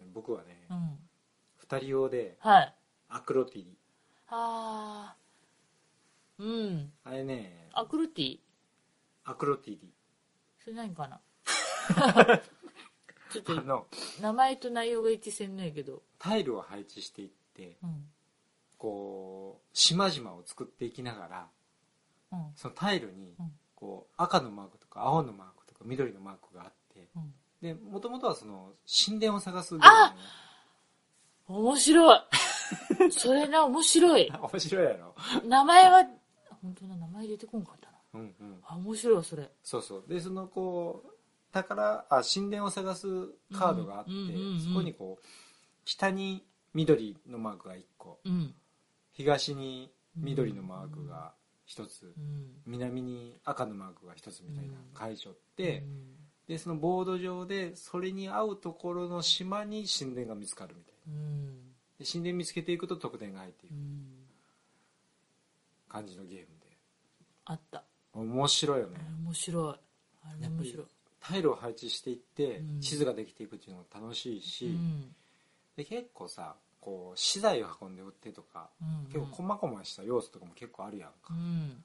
Speaker 2: うん
Speaker 1: 僕はね、
Speaker 2: うん
Speaker 1: 二人用で
Speaker 2: はい
Speaker 1: アクロティ
Speaker 2: あーうん
Speaker 1: あれね
Speaker 2: アクルティ
Speaker 1: アクロティ
Speaker 2: それ何か [LAUGHS] なちょっ
Speaker 1: あ
Speaker 2: と
Speaker 1: の
Speaker 2: 名前と内容が一致せんないけど、
Speaker 1: タイルを配置していって
Speaker 2: うん
Speaker 1: こう島々を作っていきながら
Speaker 2: うん
Speaker 1: そのタイルに
Speaker 2: うん
Speaker 1: こう赤のマークとか青のマークとか緑のマークがあって
Speaker 2: うん、
Speaker 1: でもともとはその神殿を探すゲーム
Speaker 2: 面白いそれな面白い
Speaker 1: なの面白いやろ、
Speaker 2: 名前は本当な名前出てこんかったな
Speaker 1: うんうん、
Speaker 2: あ面白いわそれ
Speaker 1: そうそうでそのこう宝あ神殿を探すカードがあって、
Speaker 2: うんうんうんうん
Speaker 1: そこにこう北に緑のマークが1個
Speaker 2: うん
Speaker 1: 東に緑のマークが1つ
Speaker 2: うん
Speaker 1: 南に赤のマークが1つみたいな解除って、
Speaker 2: うん
Speaker 1: でそのボード上でそれに合うところの島に神殿が見つかるみたい
Speaker 2: うん
Speaker 1: なで神殿見つけていくと得点が入っていうく
Speaker 2: ん
Speaker 1: 感じのゲームで
Speaker 2: あった
Speaker 1: 面白いよね
Speaker 2: あれ面白いあれ
Speaker 1: やっぱ
Speaker 2: 面
Speaker 1: り
Speaker 2: 白い
Speaker 1: タイルを配置していって
Speaker 2: うん
Speaker 1: 地図ができていくっていうのも楽しいし、
Speaker 2: うん
Speaker 1: で結構さこう資材を運んで売ってとか
Speaker 2: うん
Speaker 1: 結構こまこました要素とかも結構あるやん
Speaker 2: う
Speaker 1: か、
Speaker 2: ん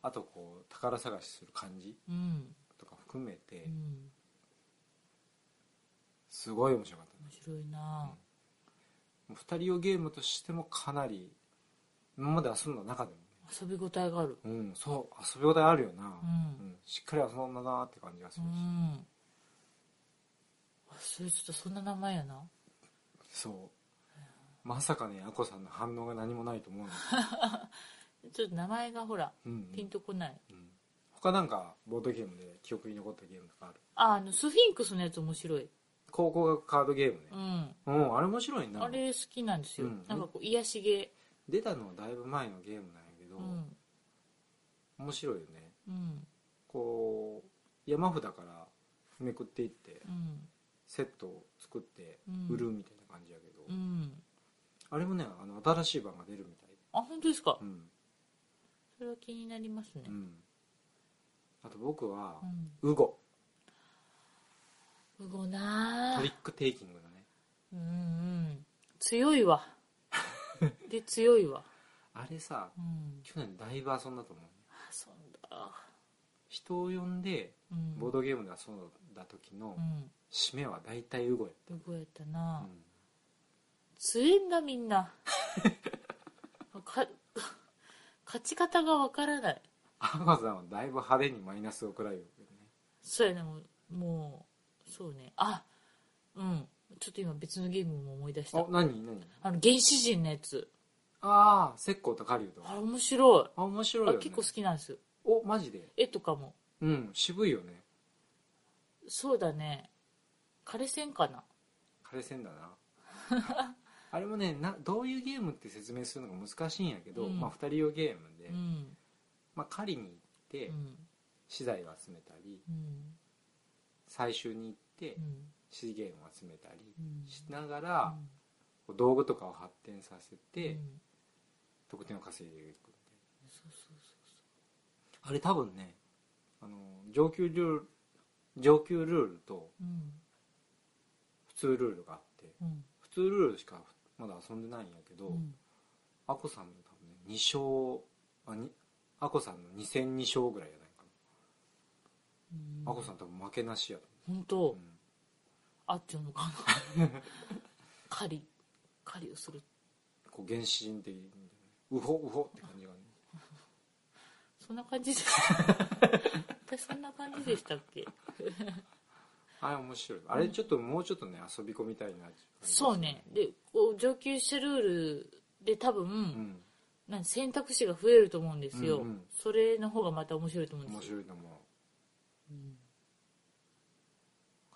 Speaker 1: あとこう宝探しする感じ
Speaker 2: うん
Speaker 1: とか含めて
Speaker 2: うん
Speaker 1: すごい面白かったね
Speaker 2: 面白いな
Speaker 1: もう二人用ゲームとしてもかなり今まで遊んだ中でもね
Speaker 2: 遊び応えがある
Speaker 1: うんそう遊び応えあるよな、
Speaker 2: うん
Speaker 1: うんしっかり遊んだなって感じがす
Speaker 2: う
Speaker 1: るし、
Speaker 2: んあそれちょっとそんな名前やな
Speaker 1: そうまさかねあこさんの反応が何もないと思うんだ
Speaker 2: ちょっと名前がほら
Speaker 1: けど、うん
Speaker 2: ピンとこない
Speaker 1: うん、他なんかボードゲームで記憶に残ったゲームとかある
Speaker 2: ああのスフィンクスのやつ面白い
Speaker 1: 考古学カードゲームね
Speaker 2: うん
Speaker 1: うん、あれ面白いな
Speaker 2: あれ好きなんですよ、
Speaker 1: うん
Speaker 2: なんかこう癒しげ
Speaker 1: 出たのはだいぶ前のゲームなんやけど、
Speaker 2: うん
Speaker 1: 面白いよね
Speaker 2: うん
Speaker 1: こう山札からめくっていって
Speaker 2: うん
Speaker 1: セットを作って
Speaker 2: うん
Speaker 1: 売るみたいな感じやけど、
Speaker 2: うん
Speaker 1: あれもねあの新しい版が出るみたいで
Speaker 2: あ本当ですか、
Speaker 1: うん、
Speaker 2: それは気になりますね
Speaker 1: うん、あと僕は
Speaker 2: うん、
Speaker 1: ウゴ
Speaker 2: すごいな
Speaker 1: トリッ
Speaker 2: ぁ
Speaker 1: クテイキングだね
Speaker 2: うんうん強い
Speaker 1: [LAUGHS]
Speaker 2: わで強いわ
Speaker 1: あれさ
Speaker 2: うん
Speaker 1: 去年だいぶ遊んだと思う
Speaker 2: 遊んだ
Speaker 1: 人を呼んで
Speaker 2: うん
Speaker 1: ボードゲームで遊んだ時の
Speaker 2: うん
Speaker 1: 締めは大体動いた、
Speaker 2: どこやった
Speaker 1: う
Speaker 2: なぁ
Speaker 1: ん
Speaker 2: 強いんだみんなか勝ち方がわからない
Speaker 1: アマゾンはだいぶ派手にマイナスを食らうよね
Speaker 2: そうやねもうもうそうねあうんちょっと今別のゲームも思い出した
Speaker 1: あ何何
Speaker 2: あの原始人のやつ
Speaker 1: ああ石膏と狩人
Speaker 2: あれ
Speaker 1: あ
Speaker 2: 面白
Speaker 1: 面
Speaker 2: い、
Speaker 1: 白いよ、
Speaker 2: あ
Speaker 1: ね、
Speaker 2: 結構好きなんですよ
Speaker 1: おマジで
Speaker 2: 絵とかも
Speaker 1: うん渋いよね
Speaker 2: そうだね枯れ線かな
Speaker 1: 枯れ線だな
Speaker 2: [LAUGHS]
Speaker 1: あれもねなどういうゲームって説明するのが難しいんやけど、
Speaker 2: うん
Speaker 1: まあ、2人用ゲームで、
Speaker 2: うん
Speaker 1: まあ、狩りに行って
Speaker 2: うん
Speaker 1: 資材を集めたり
Speaker 2: うん
Speaker 1: 採集に行って
Speaker 2: うん
Speaker 1: 資源を集めたり
Speaker 2: うん
Speaker 1: しなが
Speaker 2: う
Speaker 1: ら、
Speaker 2: ん
Speaker 1: こう道具とかを発展させて、
Speaker 2: うん
Speaker 1: 得点を稼いでいくみたい
Speaker 2: そうそう
Speaker 1: なあれ多分ねあの上級ルール上級ルールと
Speaker 2: そううん
Speaker 1: 普通ルールがあって
Speaker 2: うん
Speaker 1: 普通ルールしかまだ遊んでないんやけど、
Speaker 2: うん
Speaker 1: アコさんの多分ね2勝あにアコさんの2戦2勝ぐらいじゃないか
Speaker 2: うん
Speaker 1: な、アコさん多分負けなしやと
Speaker 2: 本
Speaker 1: 思
Speaker 2: 当
Speaker 1: う、うん
Speaker 2: 合ってるのかな
Speaker 1: [LAUGHS]
Speaker 2: 狩り狩りをする
Speaker 1: こう原始人的にうほうほって感じがね
Speaker 2: そんな感じで
Speaker 1: [LAUGHS]
Speaker 2: 私そんな感じでしたっけ
Speaker 1: あれ面白いあれちょっともうちょっとね遊び込みたいなってい感じがする
Speaker 2: そうねでこう上級者ルールで多分、
Speaker 1: うん
Speaker 2: なん選択肢が増えると思うんですよ、
Speaker 1: うんうん
Speaker 2: それの方がまた面白いと思うんで
Speaker 1: 面
Speaker 2: すよ、
Speaker 1: 白いと思
Speaker 2: うん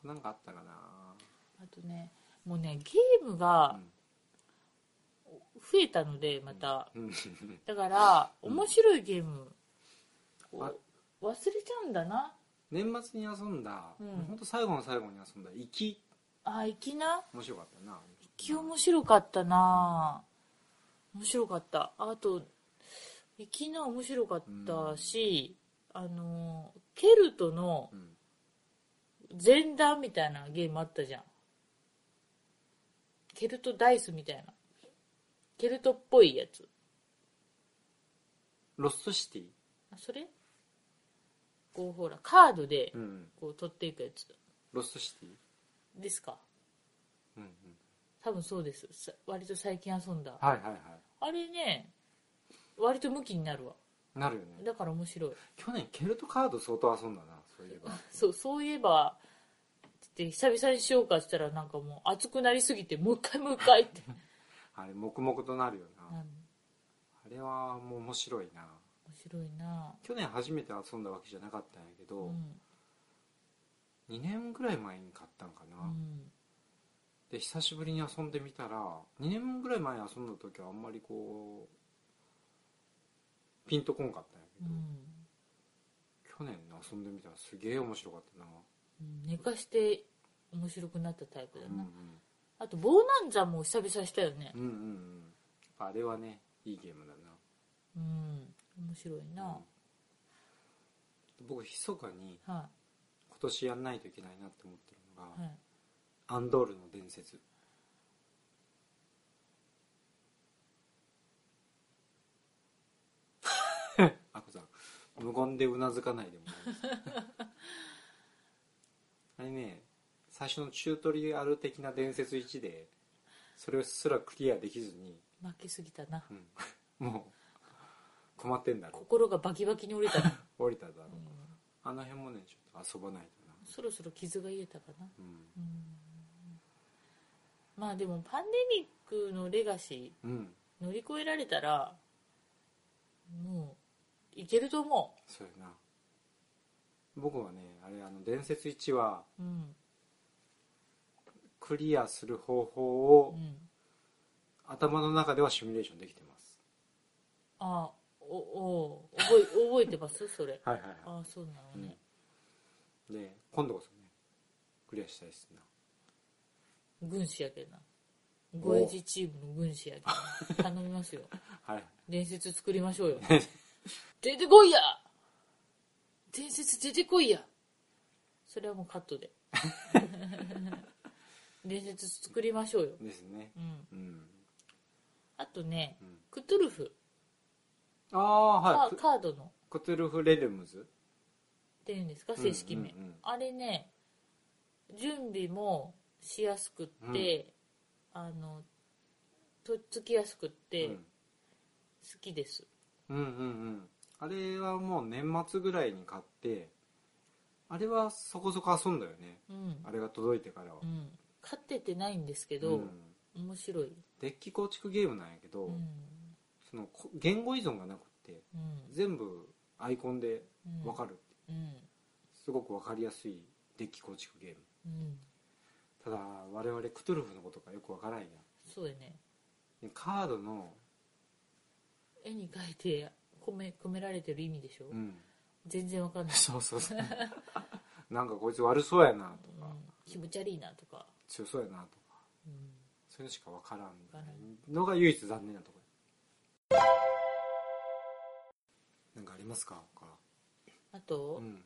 Speaker 1: うなんかあったかな
Speaker 2: あとねもうねゲームが増えたのでまた、
Speaker 1: うん
Speaker 2: だから
Speaker 1: うん
Speaker 2: 面白いゲーム、こう
Speaker 1: あ
Speaker 2: 忘れちゃうんだな
Speaker 1: 年末に遊んだ、
Speaker 2: う
Speaker 1: ほ
Speaker 2: ん
Speaker 1: ん、本当最後の最後に遊んだ「き
Speaker 2: あいきな
Speaker 1: 面白かったな
Speaker 2: 気面白かったな面白かったあと昨日面白かったし、あのケルトの
Speaker 1: うん
Speaker 2: 前段みたいなゲームあったじゃんケルトダイスみたいなケルトっぽいやつ
Speaker 1: ロストシティ、
Speaker 2: あそれこうほらカードで
Speaker 1: うん、
Speaker 2: こう取っていくやつ
Speaker 1: ロストシティ、
Speaker 2: ですか
Speaker 1: うんうん、
Speaker 2: 多分そうですさ割と最近遊んだ
Speaker 1: はいはいは
Speaker 2: あれね割と向きになるわ
Speaker 1: いなるよね
Speaker 2: だから面白い
Speaker 1: 去年ケルトカード相当遊んだなそういえば
Speaker 2: そうそういえばって久々にしようかしたらなんかもう熱くなりすぎてもう一回もう一回って
Speaker 1: あれ黙々となるよ
Speaker 2: うん
Speaker 1: な
Speaker 2: 面
Speaker 1: あれはもう面白いな
Speaker 2: 白いな
Speaker 1: 去年初めて遊んだわけじゃなかったんやけ
Speaker 2: う
Speaker 1: ど、
Speaker 2: ん、
Speaker 1: 2年ぐらい前に買ったんかな、
Speaker 2: うん、
Speaker 1: で久しぶりに遊んでみたら2年ぐらい前に遊んだ時はあんまりこうピンとこんかったんやけ
Speaker 2: う
Speaker 1: ど、
Speaker 2: ん
Speaker 1: 去年遊んでみたらすげえ面白かったな、
Speaker 2: うん、寝かして面白くなったタイプだ
Speaker 1: う
Speaker 2: な、
Speaker 1: ん
Speaker 2: あと「ボーナンザ」も久々したよね
Speaker 1: うん、うんうんうんあれはねいいゲームだ
Speaker 2: うん、面白い
Speaker 1: な、
Speaker 2: な、
Speaker 1: うん僕密かに
Speaker 2: は
Speaker 1: 今年やんないといけないなって思ってるのが、
Speaker 2: い、はい、
Speaker 1: アンドールの
Speaker 2: [LAUGHS]
Speaker 1: 伝説あこさん無言でうなずかないでもらえますか
Speaker 2: [LAUGHS]
Speaker 1: あれね最初のチュートリアル的な伝説1でそれすらクリアできずに、
Speaker 2: 負けすぎたな
Speaker 1: うん、 [LAUGHS] もう困ってんだろ
Speaker 2: 心がバキバキに折れたな、
Speaker 1: 降りただろ
Speaker 2: うん
Speaker 1: あの辺もねちょっと遊ばないとな、
Speaker 2: そろそろ傷が癒えたかなう
Speaker 1: う
Speaker 2: んまあでもパンデミックのレガシー
Speaker 1: ん、うん、
Speaker 2: 乗り越えられたらもういけると思
Speaker 1: そうやな僕はねあれあの伝説1は
Speaker 2: ううん
Speaker 1: クリアする方法
Speaker 2: う
Speaker 1: を
Speaker 2: ん
Speaker 1: 頭の中ではシミュレーションできてます
Speaker 2: あおおう覚え [LAUGHS] 覚えてますそれ
Speaker 1: はいはいは
Speaker 2: あそうなの
Speaker 1: い、
Speaker 2: ね、
Speaker 1: うん、で今度こそねクリアしたいっすな
Speaker 2: 軍師やけどなゴエジチームの軍師やけ [LAUGHS] どな頼みますよ
Speaker 1: はい
Speaker 2: 伝説作りましょう [LAUGHS] よ出 [LAUGHS] てこいや伝説出てこいやそれはもうカットで伝説作りましょうよ、
Speaker 1: ですね
Speaker 2: うん、
Speaker 1: うん、
Speaker 2: あとね、
Speaker 1: うん
Speaker 2: クトゥルフ
Speaker 1: あ
Speaker 2: は、
Speaker 1: あはい
Speaker 2: カードのっ
Speaker 1: コトゥルフレルムズ
Speaker 2: ていうんですか
Speaker 1: うん
Speaker 2: 正式名、
Speaker 1: うんうん
Speaker 2: あれね準備もしやすくって、あのとっつきやすくっ
Speaker 1: う
Speaker 2: て好
Speaker 1: ん
Speaker 2: きです、
Speaker 1: うんうんうんあれはもう年末ぐらいに買ってあれはそこそこ遊んだよね
Speaker 2: うん
Speaker 1: あれが届いてからは
Speaker 2: うん、勝っててないんですけど、
Speaker 1: うん
Speaker 2: 面白い、
Speaker 1: デッキ構築ゲームなんやけど、
Speaker 2: うん
Speaker 1: そのこ言語依存がなくって
Speaker 2: うん
Speaker 1: 全部アイコンで分かる、
Speaker 2: うん
Speaker 1: すごく分かりやすいデッキ構築ゲーム
Speaker 2: うん、
Speaker 1: ただ我々クトゥルフのことがよく分からんや
Speaker 2: そうやね
Speaker 1: でカードの、
Speaker 2: 絵に描いて込め込められてる意味でしょ、
Speaker 1: うん、
Speaker 2: 全然わかんない、
Speaker 1: [LAUGHS] そうそうそう [LAUGHS] なんかこいつ悪そうやなと
Speaker 2: う
Speaker 1: か、
Speaker 2: ん、気持ち悪いなとか、
Speaker 1: 強そうやなとか
Speaker 2: うん、
Speaker 1: そういうのしか分から
Speaker 2: から
Speaker 1: んのが唯一残念なところなんかありますか他
Speaker 2: あと、
Speaker 1: うん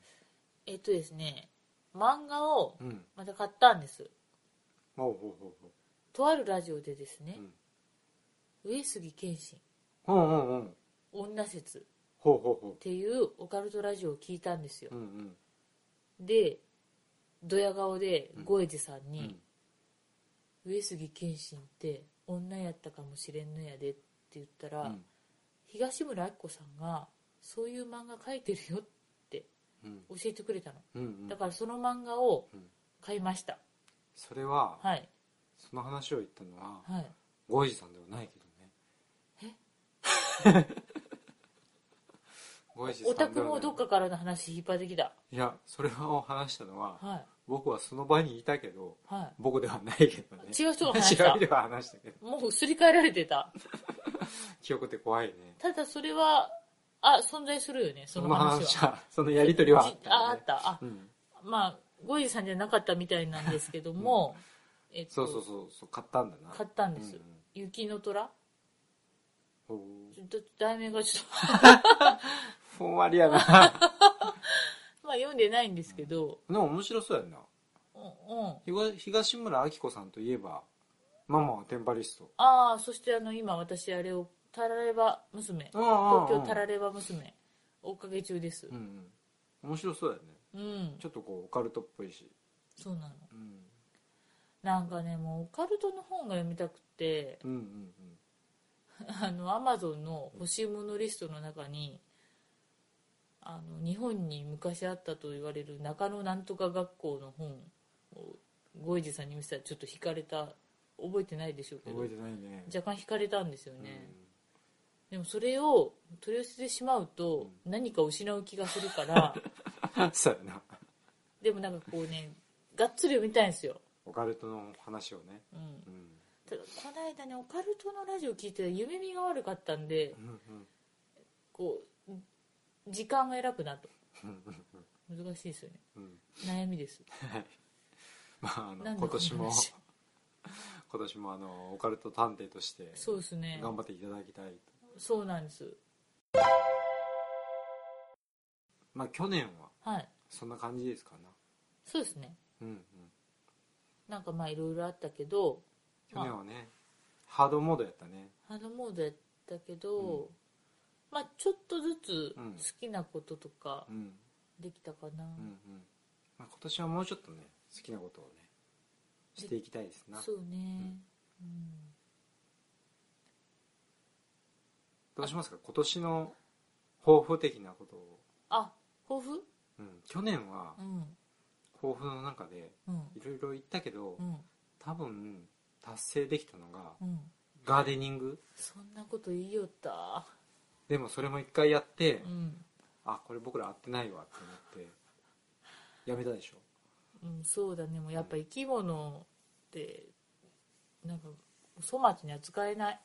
Speaker 2: えっとですね漫画を
Speaker 1: うん
Speaker 2: また買ったんです
Speaker 1: おうほうほうほ
Speaker 2: とあるラジオでです
Speaker 1: う
Speaker 2: ね
Speaker 1: う、ん
Speaker 2: 上杉謙信
Speaker 1: ほうほうほう
Speaker 2: 女説っ
Speaker 1: ほうほうほ
Speaker 2: ていうオカルトラジオを聞いたんですよ
Speaker 1: うう、んうん
Speaker 2: でドヤ顔で
Speaker 1: うん
Speaker 2: ゴエジさん
Speaker 1: う
Speaker 2: に、
Speaker 1: ん
Speaker 2: 上杉謙信って女やったかもしれんのやでって言ったら、
Speaker 1: うん
Speaker 2: 東村明子さんがそういう漫画描いてるよって
Speaker 1: うん
Speaker 2: 教えてくれたの、
Speaker 1: うんうん
Speaker 2: だからその漫画を
Speaker 1: うん
Speaker 2: 買いました、
Speaker 1: それは、
Speaker 2: はい
Speaker 1: その話を言ったのは、
Speaker 2: はい
Speaker 1: ゴイジさんではないけどね。え [LAUGHS] ゴイジさ
Speaker 2: オ
Speaker 1: んでは
Speaker 2: タ
Speaker 1: ない
Speaker 2: クのどっかからの話引っ張ってきた
Speaker 1: いや、それを話したのは、
Speaker 2: はい
Speaker 1: 僕はその場にいたけど、
Speaker 2: は
Speaker 1: 僕ではないけどね。
Speaker 2: 違う人が話した
Speaker 1: 違う人が話したけど、
Speaker 2: いもうすり替えられてた
Speaker 1: 記憶って怖いね。
Speaker 2: ただそれはあ存在するよねその
Speaker 1: その話
Speaker 2: 話
Speaker 1: は、
Speaker 2: は
Speaker 1: そのやりとりは
Speaker 2: じああっ
Speaker 1: ね
Speaker 2: たあ、
Speaker 1: うん。
Speaker 2: まあゴエジさんじゃなかったみたいなんですけども、えっと
Speaker 1: そうそうそう、そう買ったんだな。
Speaker 2: 買ったんです、
Speaker 1: うんうん
Speaker 2: 雪の虎
Speaker 1: ほう
Speaker 2: ちょっと [LAUGHS] 題名がちょっ
Speaker 1: ふんわりや
Speaker 2: [LAUGHS]
Speaker 1: な。
Speaker 2: とまあ読んでないんですけど、
Speaker 1: でも面白そうやんな。
Speaker 2: うんうん、
Speaker 1: 東東村明子さんといえば、ママはテンパリスト。
Speaker 2: ああそしてあの今私あれを「タラレバ娘」
Speaker 1: うん
Speaker 2: 東京タ
Speaker 1: ら
Speaker 2: ラレバ娘追っかけ中です
Speaker 1: うんうん、面白そうだよね
Speaker 2: うん、
Speaker 1: ちょっとこうオカルトっぽいし、
Speaker 2: そうなの
Speaker 1: うん、
Speaker 2: なんかねもうオカルトの本が読みたくて
Speaker 1: うんうん
Speaker 2: あのアマゾンの欲しいものリストの中にあの日本に昔あったと言われる中野なんとか学校の本をゴイジさんに見せたらちょっと惹かれた覚えてないでしょう
Speaker 1: う
Speaker 2: け
Speaker 1: ん
Speaker 2: ど
Speaker 1: 覚えてないね
Speaker 2: 若干惹かれたんですよ
Speaker 1: うん
Speaker 2: ね、でもそれを取り寄せてしまうと何か失う気がするから
Speaker 1: [LAUGHS] そうやな
Speaker 2: でもなんかこうねがっつり読みたいんですよ、
Speaker 1: オカルトの話をね、
Speaker 2: うん、
Speaker 1: うん
Speaker 2: ただこの間ねオカルトのラジオ聞いてたら夢見が悪かったんで
Speaker 1: うんうん
Speaker 2: こう時間が選ぶなと
Speaker 1: うんうん
Speaker 2: 難しいですよね
Speaker 1: うん
Speaker 2: 悩みです
Speaker 1: はいまああの
Speaker 2: なんで
Speaker 1: 今年
Speaker 2: こんな
Speaker 1: も [LAUGHS]
Speaker 2: 話
Speaker 1: 今年もあのオカルト探偵として
Speaker 2: そうですね
Speaker 1: 頑張っていただきたいと、
Speaker 2: そうなんです
Speaker 1: まあ去年は
Speaker 2: はい
Speaker 1: そんな感じですかな
Speaker 2: そうですね
Speaker 1: うんうん
Speaker 2: なんかまあいろいろあったけど
Speaker 1: 去年はねハードモードやったね
Speaker 2: ハードモードやったけど、
Speaker 1: うん
Speaker 2: まあちょっとずつ
Speaker 1: うん
Speaker 2: 好きなこととか
Speaker 1: うんうん
Speaker 2: できたかな、
Speaker 1: うんまあ、今年はもうちょっとね好きなことをねしていきたいですな
Speaker 2: そうね、うん
Speaker 1: どうしますか今年の抱負的なことを、
Speaker 2: あ抱負
Speaker 1: うん、去年は
Speaker 2: うん
Speaker 1: 抱負の中で
Speaker 2: うん
Speaker 1: いろいろ言ったけど、
Speaker 2: うん
Speaker 1: 多分達成できたのが
Speaker 2: うん
Speaker 1: ガーデニング
Speaker 2: そんなこと言いよった
Speaker 1: でもそれも一回やって、
Speaker 2: うん、
Speaker 1: あこれ僕ら合ってないわって思ってやめたでしょ [LAUGHS]
Speaker 2: うん、そうだねもうやっぱ生き物ってなんか粗末に扱えない、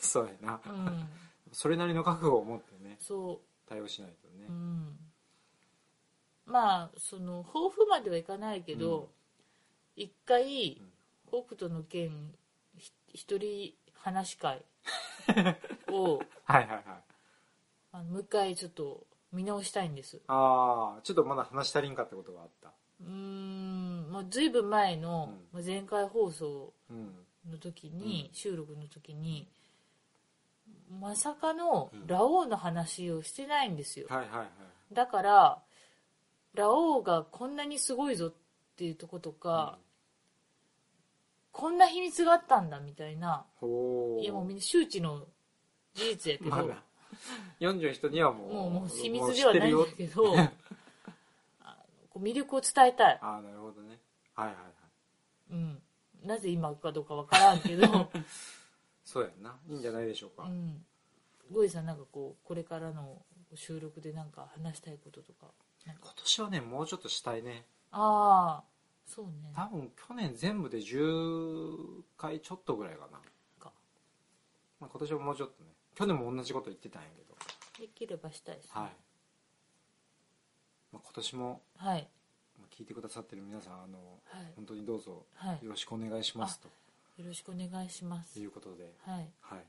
Speaker 1: そうやな [LAUGHS]
Speaker 2: うん、
Speaker 1: それなりの覚悟を持ってね
Speaker 2: そ
Speaker 1: 対応しないとね
Speaker 2: う、うん、まあその抱負まではいかないけど、一回
Speaker 1: うん
Speaker 2: 北斗の剣ひ一人話し
Speaker 1: [LAUGHS]
Speaker 2: 会を
Speaker 1: はいはいはい
Speaker 2: あのもう一回ちょっと見直したいんです
Speaker 1: ああちょっとまだ話し足りんかったことがあった
Speaker 2: うーん、まあ、ずいぶん前の
Speaker 1: う
Speaker 2: ま
Speaker 1: ん
Speaker 2: あ前回放送
Speaker 1: うん
Speaker 2: の時に、
Speaker 1: う
Speaker 2: 収録の時に、まさかの
Speaker 1: うん
Speaker 2: ラオウの話をしてないんですよ。
Speaker 1: はいはいはい
Speaker 2: だから、ラオウがこんなにすごいぞっていうとことか、こんな秘密があったんだみたいな、
Speaker 1: ほう
Speaker 2: いやもうみんな周知の事実やけど、
Speaker 1: まだ40人にはもう
Speaker 2: もうもう秘密
Speaker 1: もう
Speaker 2: で
Speaker 1: 知っ
Speaker 2: は
Speaker 1: て
Speaker 2: な
Speaker 1: る
Speaker 2: いん
Speaker 1: よ
Speaker 2: だけど、 [LAUGHS] あのこう魅力を伝えたい。
Speaker 1: ああなるほどねはいはいはい
Speaker 2: うん。なぜ今かどうかわからんけ
Speaker 1: [LAUGHS]
Speaker 2: ど、
Speaker 1: そうやんないいんじゃないでしょう
Speaker 2: う
Speaker 1: か、
Speaker 2: ん。ゴイさんなんかこう、これからの収録でなんか話したいこととか。なんか
Speaker 1: 今年はねもうちょっとしたいね
Speaker 2: ああ、そうね。
Speaker 1: 多分去年全部で10回ちょっとぐらいかな、
Speaker 2: か
Speaker 1: まあ、今年はもうちょっとね去年も同じこと言ってたんやけど
Speaker 2: できればしたいですね。
Speaker 1: はい、まあ、今年も
Speaker 2: はい。
Speaker 1: まあ聞いてくださってる皆さんあの
Speaker 2: はい。
Speaker 1: 本当にどうぞ
Speaker 2: はい。
Speaker 1: よろしくお願いします
Speaker 2: よろしくお願いします
Speaker 1: とい。うことで、
Speaker 2: はい。
Speaker 1: はい、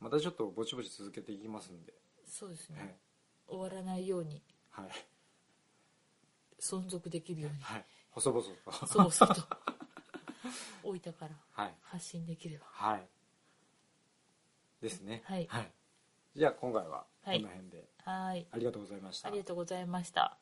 Speaker 1: またちょっとぼちぼち続けていきますんで、
Speaker 2: そうです
Speaker 1: はい
Speaker 2: ね。終わらないように、
Speaker 1: はい
Speaker 2: 存続できるように、 [LAUGHS]
Speaker 1: はい、細々と
Speaker 2: そうそう
Speaker 1: [LAUGHS]
Speaker 2: と、置いたから
Speaker 1: はい
Speaker 2: 発信できれば。
Speaker 1: はいですね
Speaker 2: はい
Speaker 1: じゃあ今回はこ
Speaker 2: はい
Speaker 1: の辺で
Speaker 2: はい。
Speaker 1: ありがとうございました、
Speaker 2: ありがとうございました。